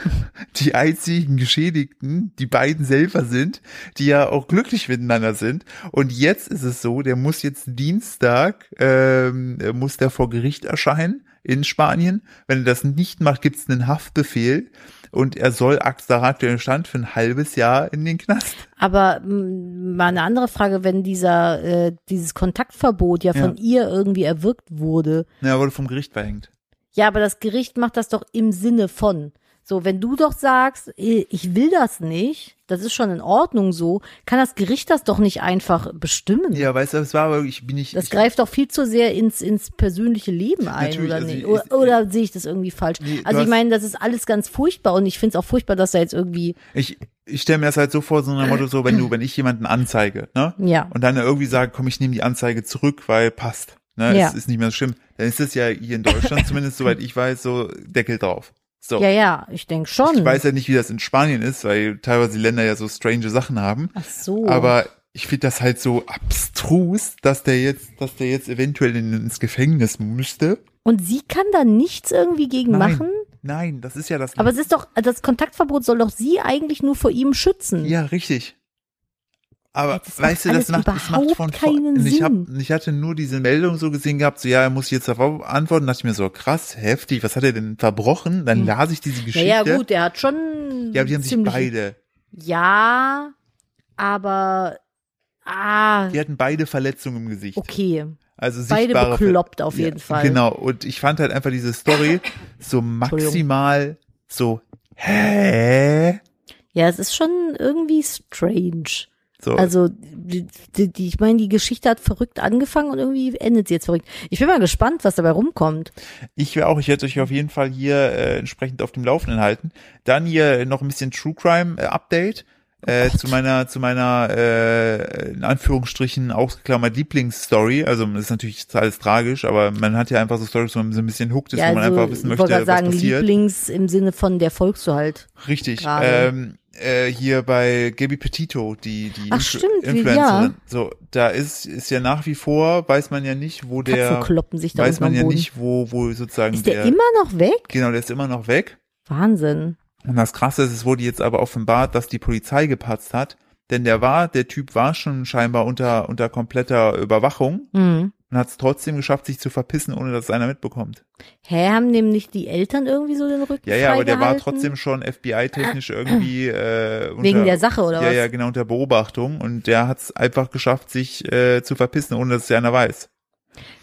S1: die einzigen Geschädigten die beiden selber sind, die ja auch glücklich miteinander sind. Und jetzt ist es so, der muss jetzt Dienstag, ähm, muss der vor Gericht erscheinen in Spanien. Wenn er das nicht macht, gibt es einen Haftbefehl. Und er soll Axel aktuellen Stand für ein halbes Jahr in den Knast.
S2: Aber m, mal eine andere Frage, wenn dieser äh, dieses Kontaktverbot ja von ihr irgendwie erwirkt wurde.
S1: Na, er wurde vom Gericht verhängt.
S2: Ja, aber das Gericht macht das doch im Sinne von. So, wenn du doch sagst, eh, ich will das nicht, das ist schon in Ordnung so, kann das Gericht das doch nicht einfach bestimmen.
S1: Ja, weißt du, es war aber, ich bin nicht.
S2: Das
S1: ich,
S2: greift doch viel zu sehr ins, ins persönliche Leben ein,
S1: Natürlich,
S2: oder
S1: also
S2: nicht?
S1: ich-
S2: Oder, oder sehe ich das irgendwie falsch?
S1: Nee, du
S2: also ich
S1: hast-
S2: meine, das ist alles ganz furchtbar und ich finde es auch furchtbar, dass da jetzt irgendwie,
S1: Ich, ich stelle mir das halt so vor, so nach dem Motto, so, wenn du, wenn ich jemanden anzeige, ne?
S2: Ja.
S1: Und dann irgendwie sage, komm, ich nehme die Anzeige zurück, weil passt. Ne?
S2: Ja.
S1: Es ist nicht mehr so schlimm. Dann ist es ja hier in Deutschland, zumindest soweit ich weiß, so Deckel drauf. So.
S2: ja, ja, ich denke schon.
S1: Ich weiß ja nicht, wie das in Spanien ist, weil teilweise die Länder ja so strange Sachen haben.
S2: Ach so.
S1: Aber ich finde das halt so abstrus, dass der jetzt, dass der jetzt eventuell in, ins Gefängnis müsste.
S2: und sie kann da nichts irgendwie gegen
S1: Nein.
S2: machen?
S1: Nein, das ist ja das.
S2: Aber es ist doch, das Kontaktverbot soll doch sie eigentlich nur vor ihm schützen.
S1: Ja, richtig. Aber
S2: Das macht
S1: weißt du, das
S2: alles
S1: macht, das macht
S2: überhaupt
S1: von
S2: keinen
S1: von- Ich, hab,
S2: Sinn.
S1: ich hatte nur diese Meldung so gesehen gehabt, so ja, er muss jetzt darauf antworten. Dachte ich mir so krass, heftig. Was hat er denn verbrochen? Dann las ich diese Geschichte.
S2: Naja, Hm. gut, er hat schon.
S1: Ja, aber die haben sich
S2: ziemlich-
S1: beide,
S2: Ja, aber. Ah,
S1: die hatten beide Verletzungen im Gesicht.
S2: okay.
S1: Also
S2: Beide
S1: sichtbare Ver-
S2: bekloppt auf jeden Fall.
S1: Genau. Und ich fand halt einfach diese Story so maximal so hä.
S2: Ja, es ist schon irgendwie strange.
S1: So,
S2: Also, die, die, die- ich meine, die Geschichte hat verrückt angefangen und irgendwie endet sie jetzt verrückt. Ich bin mal gespannt, was dabei rumkommt.
S1: Ich wäre auch, ich werde euch auf jeden Fall hier äh, entsprechend auf dem Laufenden halten. Dann hier noch ein bisschen True Crime äh, Update.
S2: Oh
S1: Äh, zu meiner, zu meiner äh, in Anführungsstrichen ausgeklammert Lieblingsstory. Also das ist natürlich alles tragisch, aber man hat ja einfach so Stories, wo man so ein bisschen hooked ist,
S2: ja,
S1: wo man einfach
S2: also,
S1: wissen
S2: ich
S1: möchte,
S2: wollte gerade
S1: was
S2: sagen,
S1: passiert.
S2: Lieblings im Sinne von der folgst du halt.
S1: Richtig.
S2: Gerade.
S1: Ähm, äh, hier bei Gabby Petito, die, die
S2: Ach,
S1: Influ-
S2: stimmt, wie-
S1: Influencerin.
S2: ja.
S1: So, da ist, ist ja nach wie vor, weiß man ja nicht, wo
S2: Katzen
S1: der
S2: kloppen sich da
S1: weiß
S2: unten am
S1: man ja
S2: Boden.
S1: nicht, wo, wo sozusagen
S2: ist der, immer noch weg?
S1: genau, der ist immer noch weg.
S2: Wahnsinn.
S1: Und das Krasse ist, es wurde jetzt aber offenbart, dass die Polizei gepatzt hat, denn der war, der Typ war schon scheinbar unter, unter kompletter Überwachung
S2: Mhm.
S1: und hat es trotzdem geschafft, sich zu verpissen, ohne dass es einer mitbekommt.
S2: Hä, haben nämlich die Eltern irgendwie so den Rücken
S1: Ja, ja, aber der war
S2: freigehalten?
S1: trotzdem schon FBI-technisch irgendwie äh, unter,
S2: Wegen der Sache, oder
S1: ja,
S2: was?
S1: ja, genau, unter Beobachtung und der hat es einfach geschafft, sich äh, zu verpissen, ohne dass es einer weiß.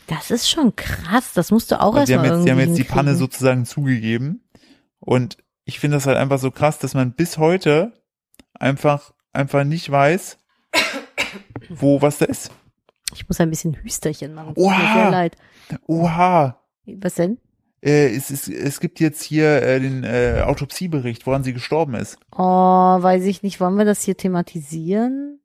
S2: Das ist schon krass. Das musst du auch
S1: Also die haben
S2: erstmal
S1: jetzt,
S2: irgendwie
S1: die haben jetzt die Panne
S2: hinkriegen.
S1: sozusagen zugegeben. Und ich finde das halt einfach so krass, dass man bis heute einfach, einfach nicht weiß, wo was da ist.
S2: Ich muss ein bisschen Hüsterchen machen. Tut
S1: Oha.
S2: mir sehr leid.
S1: Oha,
S2: Was denn?
S1: äh, es, es, es gibt jetzt hier äh, den äh, Autopsiebericht, woran sie gestorben ist.
S2: Oh, weiß ich nicht. Wollen wir das hier thematisieren?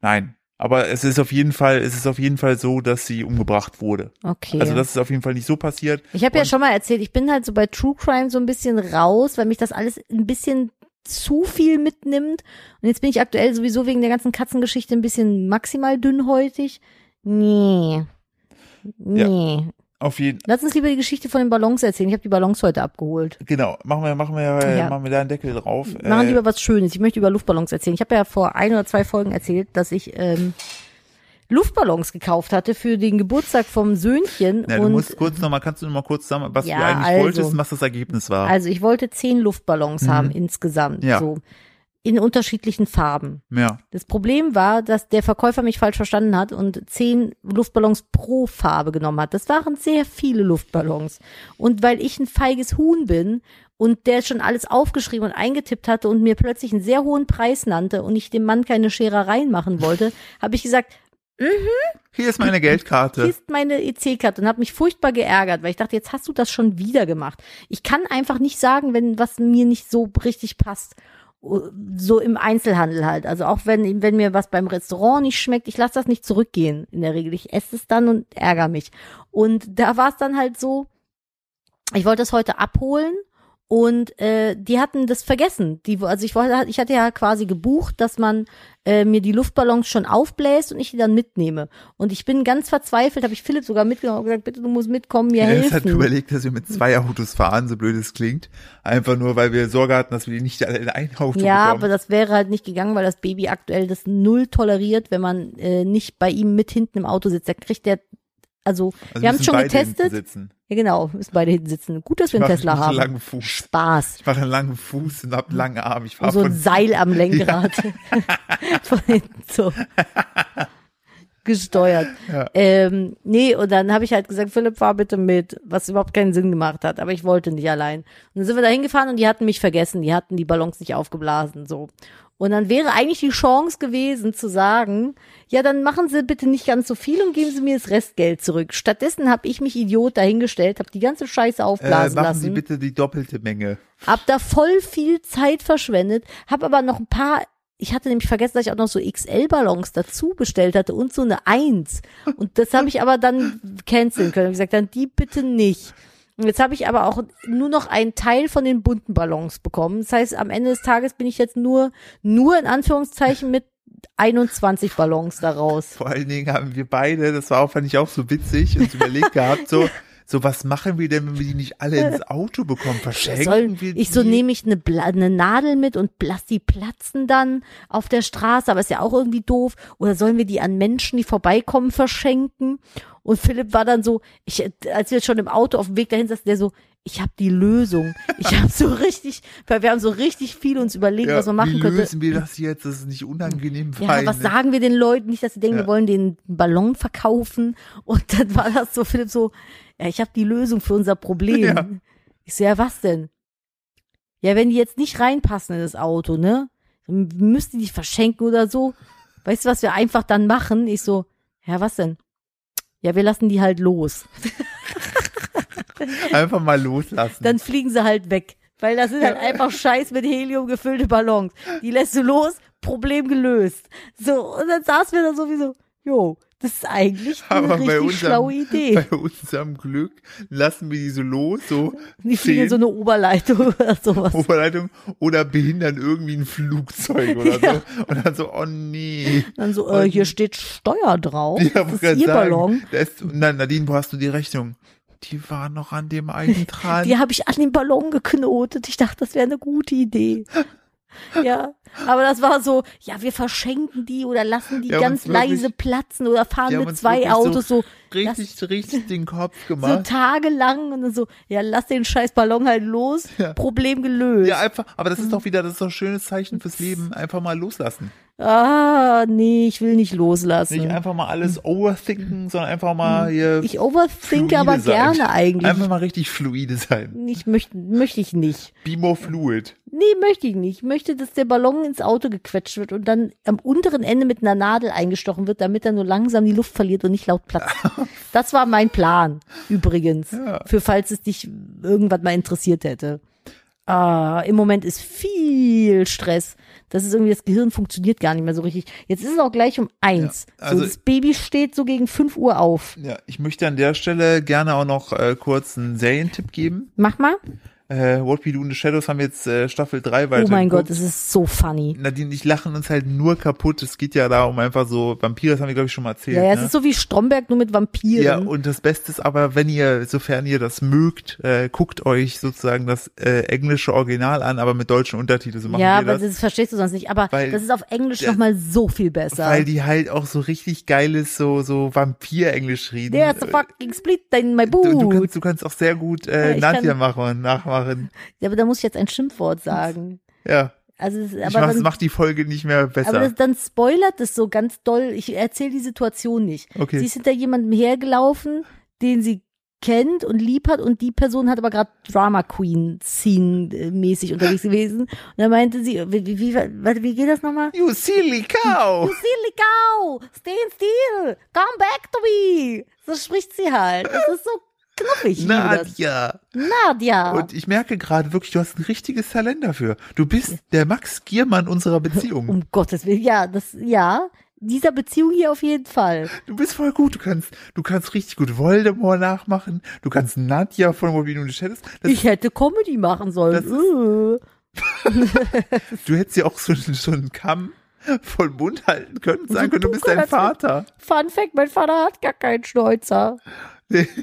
S1: Nein. Aber es ist auf jeden Fall, es ist auf jeden Fall so, dass sie umgebracht wurde.
S2: Okay.
S1: Also das ist auf jeden Fall nicht so passiert.
S2: ich habe ja
S1: und-
S2: schon mal erzählt, ich bin halt so bei True Crime so ein bisschen raus, weil mich das alles ein bisschen zu viel mitnimmt. Und jetzt bin ich aktuell sowieso wegen der ganzen Katzengeschichte ein bisschen maximal dünnhäutig. Nee. Nee.
S1: Auf jeden
S2: Lass uns lieber die Geschichte von den Ballons erzählen. Ich habe die Ballons heute abgeholt.
S1: genau, machen wir, machen wir, äh,
S2: Ja.
S1: machen wir da einen Deckel drauf.
S2: Machen
S1: Äh,
S2: lieber was Schönes. Ich möchte über Luftballons erzählen. Ich habe ja vor ein oder zwei Folgen erzählt, dass ich ähm, Luftballons gekauft hatte für den Geburtstag vom Söhnchen.
S1: Na, du
S2: und
S1: musst kurz nochmal, kannst du nochmal kurz sagen, was
S2: Ja,
S1: du eigentlich
S2: also-
S1: wolltest und was das Ergebnis war?
S2: also ich wollte zehn Luftballons haben insgesamt.
S1: Mhm. Ja.
S2: So in unterschiedlichen Farben.
S1: ja.
S2: Das Problem war, dass der Verkäufer mich falsch verstanden hat und zehn Luftballons pro Farbe genommen hat. Das waren sehr viele Luftballons. Und weil ich ein feiges Huhn bin und der schon alles aufgeschrieben und eingetippt hatte und mir plötzlich einen sehr hohen Preis nannte und ich dem Mann keine Scherereien machen wollte, habe ich gesagt,
S1: Hier ist meine
S2: hier
S1: Geldkarte.
S2: ist meine EC-Karte und habe mich furchtbar geärgert, weil ich dachte, jetzt hast du das schon wieder gemacht. Ich kann einfach nicht sagen, wenn was mir nicht so richtig passt. So im Einzelhandel halt. Also auch wenn, wenn mir was beim Restaurant nicht schmeckt, ich lasse das nicht zurückgehen in der Regel. Ich esse es dann und ärgere mich. Und da war es dann halt so, ich wollte es heute abholen und äh, die hatten das vergessen. Die, also ich, wollte, ich hatte ja quasi gebucht, dass man äh, mir die Luftballons schon aufbläst und ich die dann mitnehme. Und ich bin ganz verzweifelt, habe ich Philipp sogar mitgenommen und gesagt, bitte, du musst mitkommen, mir
S1: Jetzt hat
S2: helfen.
S1: überlegt, dass wir mit zwei Autos fahren, so blöd es klingt. Einfach nur, weil wir Sorge hatten, dass wir die nicht alle in ein Auto
S2: Ja, aber
S1: bekommen. Also
S2: das wäre halt nicht gegangen, weil das Baby aktuell das null toleriert, wenn man äh, nicht bei ihm mit hinten im Auto sitzt. Da kriegt der, also,
S1: also
S2: wir haben es
S1: müssen
S2: schon
S1: beide hinten
S2: getestet.
S1: Sitzen.
S2: Ja, genau, müssen beide hinten sitzen. Gut, dass wir einen
S1: Mach-
S2: Tesla
S1: mach einen
S2: haben.
S1: langen Fuß.
S2: Spaß.
S1: Ich mache einen langen Fuß und hab einen langen Arm. Ich
S2: Und
S1: fahr
S2: so ein
S1: von
S2: Seil am Lenkrad. Von hinten so. Gesteuert. Ähm, nee, und dann habe ich halt gesagt, Philipp, fahr bitte mit, was überhaupt keinen Sinn gemacht hat, aber ich wollte nicht allein. Und dann sind wir da hingefahren und die hatten mich vergessen, die hatten die Ballons nicht aufgeblasen, so. Und dann wäre eigentlich die Chance gewesen zu sagen, ja, dann machen Sie bitte nicht ganz so viel und geben Sie mir das Restgeld zurück. Stattdessen habe ich mich Idiot dahingestellt, habe die ganze Scheiße
S1: äh,
S2: aufblasen
S1: machen
S2: lassen.
S1: Sie bitte die doppelte Menge.
S2: Hab da voll viel Zeit verschwendet, hab aber noch ein paar, ich hatte nämlich vergessen, dass ich auch noch so XL-Ballons dazu bestellt hatte und so eine Eins. Und das habe ich aber dann canceln können. Ich gesagt, dann die bitte nicht. Und jetzt habe ich aber auch nur noch einen Teil von den bunten Ballons bekommen. Das heißt, am Ende des Tages bin ich jetzt nur, nur in Anführungszeichen mit 21 Ballons daraus.
S1: Vor allen Dingen haben wir beide, das war auch, fand ich auch so witzig, uns überlegt gehabt, so, so was machen wir denn, wenn wir die nicht alle ins Auto bekommen? Verschenken
S2: Soll,
S1: wir
S2: ich so
S1: die?
S2: nehme ich eine, Bla- eine Nadel mit und lass die platzen dann auf der Straße, aber ist ja auch irgendwie doof. Oder sollen wir die an Menschen, die vorbeikommen, verschenken? Und Philipp war dann so, ich, als wir schon im Auto auf dem Weg dahin saßen, der so, ich habe die Lösung. Ich habe so richtig, weil wir haben so richtig viel uns überlegt,
S1: Ja,
S2: was man machen
S1: wie
S2: könnte.
S1: lösen wir das jetzt, dass es nicht unangenehm
S2: Ja,
S1: fein
S2: was
S1: ist?
S2: sagen wir den Leuten? Nicht, dass sie denken,
S1: Ja.
S2: wir wollen den Ballon verkaufen. Und dann war das so, Philipp, so, ja, ich habe die Lösung für unser Problem.
S1: Ja.
S2: Ich so, ja, was denn? Ja, wenn die jetzt nicht reinpassen in das Auto, ne? Dann müssten die verschenken oder so. Weißt du, was wir einfach dann machen? Ich so, ja, was denn? Ja, wir lassen die halt los.
S1: Einfach mal loslassen.
S2: Dann fliegen sie halt weg. Weil das sind halt einfach scheiß mit Helium gefüllte Ballons. Die lässt du los, Problem gelöst. So, und dann saßen wir da sowieso, jo, das ist eigentlich eine
S1: Aber bei
S2: richtig
S1: unserem-
S2: schlaue Idee.
S1: Bei unserem Glück lassen wir die so los, so
S2: Die fliegen in so
S1: zehn Oh.
S2: eine Oberleitung oder sowas.
S1: Oberleitung oder behindern irgendwie ein Flugzeug oder
S2: Ja.
S1: so. Und dann so, oh nee.
S2: Dann so, äh, hier steht Steuer drauf.
S1: Ja,
S2: das
S1: wollte
S2: ist
S1: grad
S2: ihr
S1: sagen,
S2: Ballon.
S1: da ist- und dann, Nadine, wo hast du die Rechnung? Die war noch an dem einen dran.
S2: Die habe ich an den Ballon geknotet. Ich dachte, das wäre eine gute Idee. Ja, aber das war so, ja, wir verschenken die oder lassen die
S1: Die haben
S2: ganz
S1: uns wirklich-
S2: leise platzen oder fahren
S1: die haben
S2: mit
S1: uns
S2: zwei
S1: wirklich so
S2: Autos so,
S1: Richtig, richtig den Kopf
S2: so
S1: gemacht.
S2: tagelang und dann so, ja, lass den scheiß Ballon halt los,
S1: Ja.
S2: Problem gelöst.
S1: ja, einfach, aber das
S2: Mhm.
S1: ist doch wieder, das ist doch ein schönes Zeichen fürs Leben. Einfach mal loslassen.
S2: Ah, nee, ich will nicht loslassen.
S1: Nicht einfach mal alles overthinken, sondern einfach mal hier
S2: Mhm. ich overthinke
S1: fluide
S2: aber
S1: sein.
S2: gerne eigentlich.
S1: Einfach mal richtig fluide sein.
S2: Ich möchte, möchte ich nicht.
S1: Be more fluid.
S2: Nee, möchte ich nicht. Ich möchte, dass der Ballon ins Auto gequetscht wird und dann am unteren Ende mit einer Nadel eingestochen wird, damit er nur langsam die Luft verliert und nicht laut platzt. Das war mein Plan, übrigens.
S1: Ja.
S2: Für falls es dich irgendwann mal interessiert hätte. Ah, im Moment ist viel Stress. Das ist irgendwie, das Gehirn funktioniert gar nicht mehr so richtig. Jetzt ist es auch gleich um eins.
S1: Ja, also-
S2: so, das Baby steht so gegen fünf Uhr auf.
S1: Ja, ich möchte an der Stelle gerne auch noch äh, kurz einen Serientipp geben.
S2: Mach mal.
S1: Äh, What We Do in the Shadows haben wir jetzt äh, Staffel 3 weiter.
S2: Oh mein Gott, es ist so funny.
S1: Nadine, ich lachen uns halt nur kaputt. Es geht ja da um einfach so Vampire, das haben wir glaube ich schon mal erzählt.
S2: Ja, ja, es
S1: ne?
S2: ist ne? so wie Stromberg nur mit Vampiren.
S1: Ja, und das Beste ist aber, wenn ihr, sofern ihr das mögt, äh, guckt euch sozusagen das äh, englische Original an, aber mit deutschen Untertiteln. So machen
S2: ja,
S1: wir
S2: aber
S1: das.
S2: das? verstehst du sonst nicht. Aber
S1: Weil-
S2: das ist auf Englisch
S1: Ja.
S2: nochmal so viel besser.
S1: Weil die halt auch so richtig geiles, so, so Vampir-Englisch reden.
S2: There's a fucking split in my
S1: du, du,
S2: boot.
S1: kannst, du kannst auch sehr gut
S2: Ja,
S1: äh,
S2: ich
S1: Nadja
S2: kann-
S1: machen, nachmachen.
S2: Ja, aber da muss ich jetzt ein Schimpfwort sagen.
S1: Ja.
S2: Also, es-
S1: ich
S2: aber
S1: mach,
S2: dann,
S1: mach die Folge nicht mehr
S2: aber
S1: besser.
S2: das, dann spoilert es so ganz doll. Ich erzähle die Situation nicht.
S1: Okay.
S2: Sie ist hinter jemandem hergelaufen, den sie kennt und lieb hat und die Person hat aber gerade Drama Queen Scene mäßig unterwegs gewesen und dann meinte sie wie wie wie, warte, wie geht das nochmal?
S1: You silly cow!
S2: Du silly cow, stand still, come back to me. So spricht sie halt. Das ist so knuffig. Ich liebe das.
S1: Nadja!
S2: Nadja.
S1: Und ich merke gerade wirklich, du hast ein richtiges Talent dafür. Du bist der Max Giermann unserer Beziehung.
S2: um Gottes Willen. Ja, das, ja. Dieser Beziehung hier auf jeden Fall.
S1: Du bist voll gut. Du kannst, du kannst richtig gut Voldemort nachmachen. Du kannst Nadja von Robin und Shadows. Das,
S2: ich hätte Comedy machen
S1: das
S2: sollen.
S1: ist-
S2: Uh.
S1: du hättest ja auch so, so einen Kamm voll Mund halten können. und
S2: so
S1: Sagen können, du bist dein
S2: dunkel, als-
S1: Vater.
S2: Fun Fact, mein Vater hat gar keinen Schnäuzer.
S1: Nee.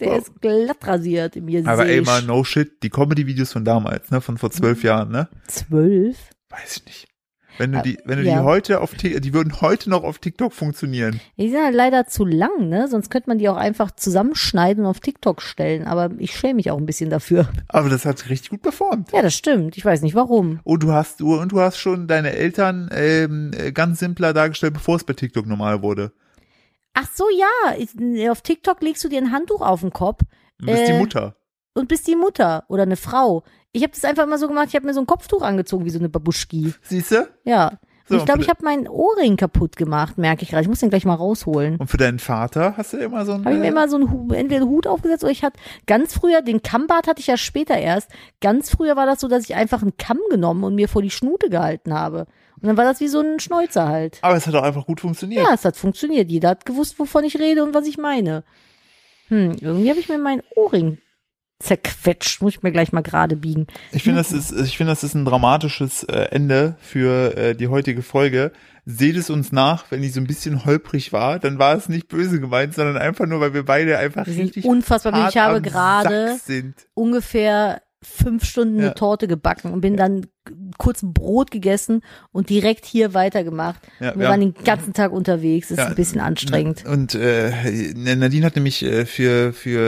S2: Der
S1: Wow.
S2: ist glatt rasiert im Gesicht.
S1: Aber ey, mal no shit. Die Comedy-Videos von damals, ne, von vor zwölf Jahren, ne?
S2: Zwölf?
S1: Weiß ich nicht. Wenn du
S2: Ah,
S1: die, wenn du
S2: Mhm. ja.
S1: die heute auf, Tik- die würden heute noch auf TikTok funktionieren.
S2: Die sind halt leider zu lang, ne? Sonst könnte man die auch einfach zusammenschneiden und auf TikTok stellen. Aber ich schäme mich auch ein bisschen dafür.
S1: Aber das hat richtig gut performt.
S2: Ja, das stimmt. Ich weiß nicht warum.
S1: Oh, du hast du und du hast schon deine Eltern ähm, äh, ganz simpler dargestellt, bevor es bei TikTok normal wurde.
S2: Ach so, ja. Ich- äh, Auf TikTok legst du dir ein Handtuch auf den Kopf
S1: Du bist die
S2: Äh,
S1: Mutter.
S2: und bist die Mutter oder eine Frau. Ich habe das einfach immer so gemacht, ich habe mir so ein Kopftuch angezogen, wie so eine Babuschki.
S1: Siehst du?
S2: Ja.
S1: So,
S2: und ich glaube,
S1: und-
S2: ich habe meinen Ohrring kaputt gemacht, merke ich gerade. Ich muss den gleich mal rausholen.
S1: Und für deinen Vater hast du immer so ein.
S2: Habe ich mir
S1: äh,
S2: immer so einen, Hu- entweder einen Hut aufgesetzt oder ich hatte ganz früher, den Kammbart hatte ich ja später erst. Ganz früher war das so, dass ich einfach einen Kamm genommen und mir vor die Schnute gehalten habe. Und dann war das wie so ein Schnäuzer halt.
S1: aber es hat auch einfach gut funktioniert.
S2: Ja, es hat funktioniert. Jeder hat gewusst, wovon ich rede und was ich meine. Hm, irgendwie habe ich mir meinen Ohrring zerquetscht. Muss ich mir gleich mal gerade biegen.
S1: Ich finde, das ist, ich finde, das ist ein dramatisches äh, Ende für äh, die heutige Folge. Seht es uns nach, wenn die so ein bisschen holprig war, dann war es nicht böse gemeint, sondern einfach nur, weil wir beide einfach
S2: Wir sind
S1: richtig
S2: unfassbar müde.
S1: hart
S2: Ich habe
S1: am
S2: gerade
S1: Sack sind.
S2: ungefähr fünf Stunden
S1: Ja.
S2: eine Torte gebacken und bin dann k- kurz ein Brot gegessen und direkt hier weitergemacht.
S1: Ja,
S2: wir,
S1: wir
S2: waren den ganzen Tag unterwegs. Ist
S1: Ja,
S2: ein bisschen anstrengend.
S1: Hm. Und äh, Nadine hat nämlich äh, für für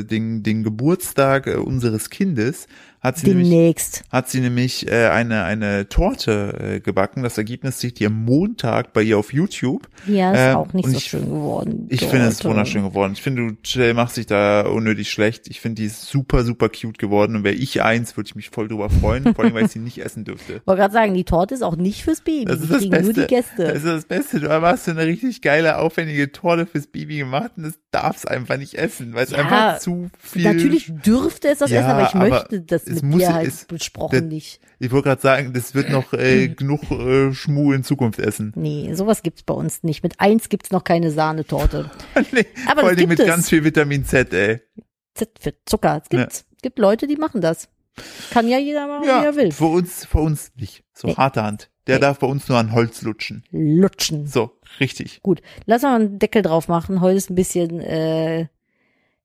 S1: äh, den den Geburtstag äh, unseres Kindes hat sie nämlich
S2: Demnächst.
S1: hat sie nämlich äh, eine eine Torte äh, gebacken. Das Ergebnis seht ihr Montag bei ihr auf YouTube.
S2: Ja, ist
S1: Ähm,
S2: auch nicht
S1: und
S2: so
S1: ich-
S2: schön geworden.
S1: Ich finde es
S2: Torte.
S1: wunderschön geworden. Ich finde, du Jill, machst dich da unnötig schlecht. Ich finde, die ist super, super cute geworden. Und wäre ich eins, würde ich mich voll drüber freuen. Vor allem, weil ich sie nicht essen dürfte.
S2: Ich wollte gerade sagen, die Torte ist auch nicht fürs Baby.
S1: Das ist
S2: die
S1: das
S2: kriegen
S1: Beste.
S2: nur die Gäste.
S1: Das ist das Beste. Du hast so eine richtig geile, aufwendige Torte fürs Baby gemacht und das darf's einfach nicht essen, weil es
S2: Ja,
S1: einfach zu viel.
S2: Natürlich dürfte es das
S1: Ja,
S2: essen, aber ich
S1: aber
S2: möchte das
S1: es
S2: mit
S1: muss-
S2: dir halt
S1: es-
S2: besprochen
S1: das-
S2: nicht.
S1: Ich wollte gerade sagen, das wird noch äh, genug äh, Schmuh in Zukunft essen.
S2: Nee, sowas gibt's bei uns nicht. Mit eins gibt's noch keine Sahnetorte.
S1: nee,
S2: Aber
S1: vor
S2: das
S1: allem
S2: gibt
S1: mit
S2: es.
S1: ganz viel Vitamin Z, ey.
S2: Z für Zucker. Es gibt's. gibt Leute, die machen das. Kann ja jeder machen, wie er will.
S1: für uns, für uns nicht. So
S2: Nee.
S1: harte Hand. Der
S2: Nee.
S1: darf bei uns nur an Holz lutschen.
S2: Lutschen.
S1: So, richtig.
S2: Gut, lass mal einen Deckel drauf machen. Heute ist ein bisschen, äh,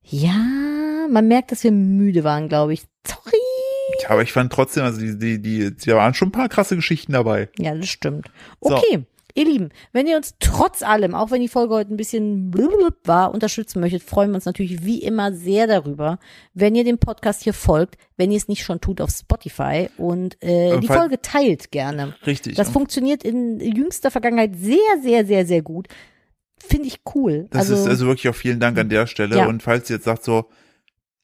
S2: ja, man merkt, dass wir müde waren, glaube ich. Sorry.
S1: Ja, Ja, aber ich fand trotzdem, also die, die, die, da waren schon ein paar krasse Geschichten dabei.
S2: Ja, das stimmt.
S1: So.
S2: Okay, ihr Lieben, wenn ihr uns trotz allem, auch wenn die Folge heute ein bisschen blub war, unterstützen möchtet, freuen wir uns natürlich wie immer sehr darüber, wenn ihr dem Podcast hier folgt, wenn ihr es nicht schon tut auf Spotify und äh,
S1: Ähm,
S2: die
S1: fall-
S2: Folge teilt gerne.
S1: Richtig.
S2: Das
S1: Und
S2: funktioniert in jüngster Vergangenheit sehr, sehr, sehr, sehr gut. Finde ich cool.
S1: das
S2: also,
S1: ist also wirklich auch vielen Dank an der Stelle.
S2: Ja.
S1: Und falls ihr jetzt sagt so,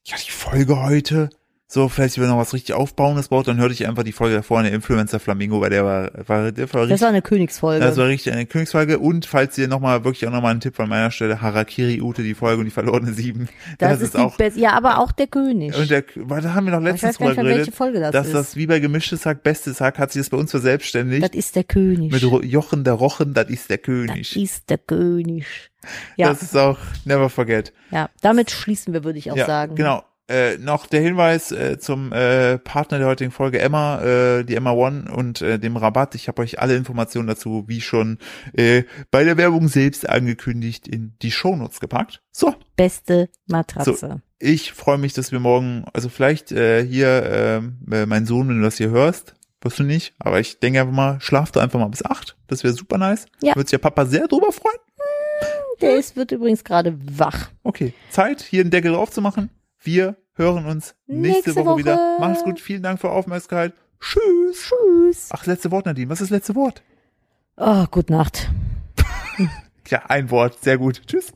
S1: ja, die Folge heute, so, vielleicht will noch was richtig Aufbauendes braucht, dann hört ich einfach die Folge davor, eine Influencer Flamingo, weil der war, war, der war
S2: das
S1: richtig,
S2: war eine Königsfolge.
S1: das war richtig eine Königsfolge. Und falls ihr nochmal, wirklich auch nochmal einen Tipp von meiner Stelle, Harakiri Ute, die Folge und die verlorene Sieben.
S2: das, ist, die
S1: auch,
S2: beste. Ja, aber auch der König.
S1: und der, weil da haben wir noch
S2: ich
S1: letztens
S2: weiß gar
S1: drüber
S2: nicht, mehr, welche
S1: geredet,
S2: Folge das,
S1: dass
S2: ist.
S1: das wie bei gemischtes Hack, bestes Hack, hat sich das bei uns verselbstständigt.
S2: das ist der König.
S1: Mit Ro- Jochen der Rochen, das ist der
S2: das
S1: König.
S2: ist der König. Ja,
S1: Das ist auch never forget.
S2: ja. Damit schließen wir, würde ich auch
S1: ja,
S2: sagen.
S1: Genau. Äh, noch der Hinweis äh, zum äh, Partner der heutigen Folge Emma, äh, die Emma One und äh, dem Rabatt. Ich habe euch alle Informationen dazu, wie schon äh, bei der Werbung selbst angekündigt, in die Shownotes gepackt. So,
S2: Beste Matratze.
S1: ich freue mich, dass wir morgen, also vielleicht äh, hier, ähm, äh, mein Sohn, wenn du das hier hörst, wirst du nicht, aber ich denke einfach mal, schlaf du einfach mal bis acht. Das wäre super nice.
S2: Ja.
S1: Wird sich ja Papa sehr drüber freuen.
S2: Der ist, wird übrigens gerade wach.
S1: Okay, Zeit, hier einen Deckel drauf zu machen. Wir hören uns nächste,
S2: Nächste
S1: Woche,
S2: Woche.
S1: wieder. Macht's gut, vielen Dank für eure Aufmerksamkeit. Tschüss.
S2: Tschüss.
S1: Ach, letzte Wort, Nadine. Was ist das letzte Wort?
S2: Oh, gute Nacht.
S1: Ja, ein Wort. Sehr gut. Tschüss.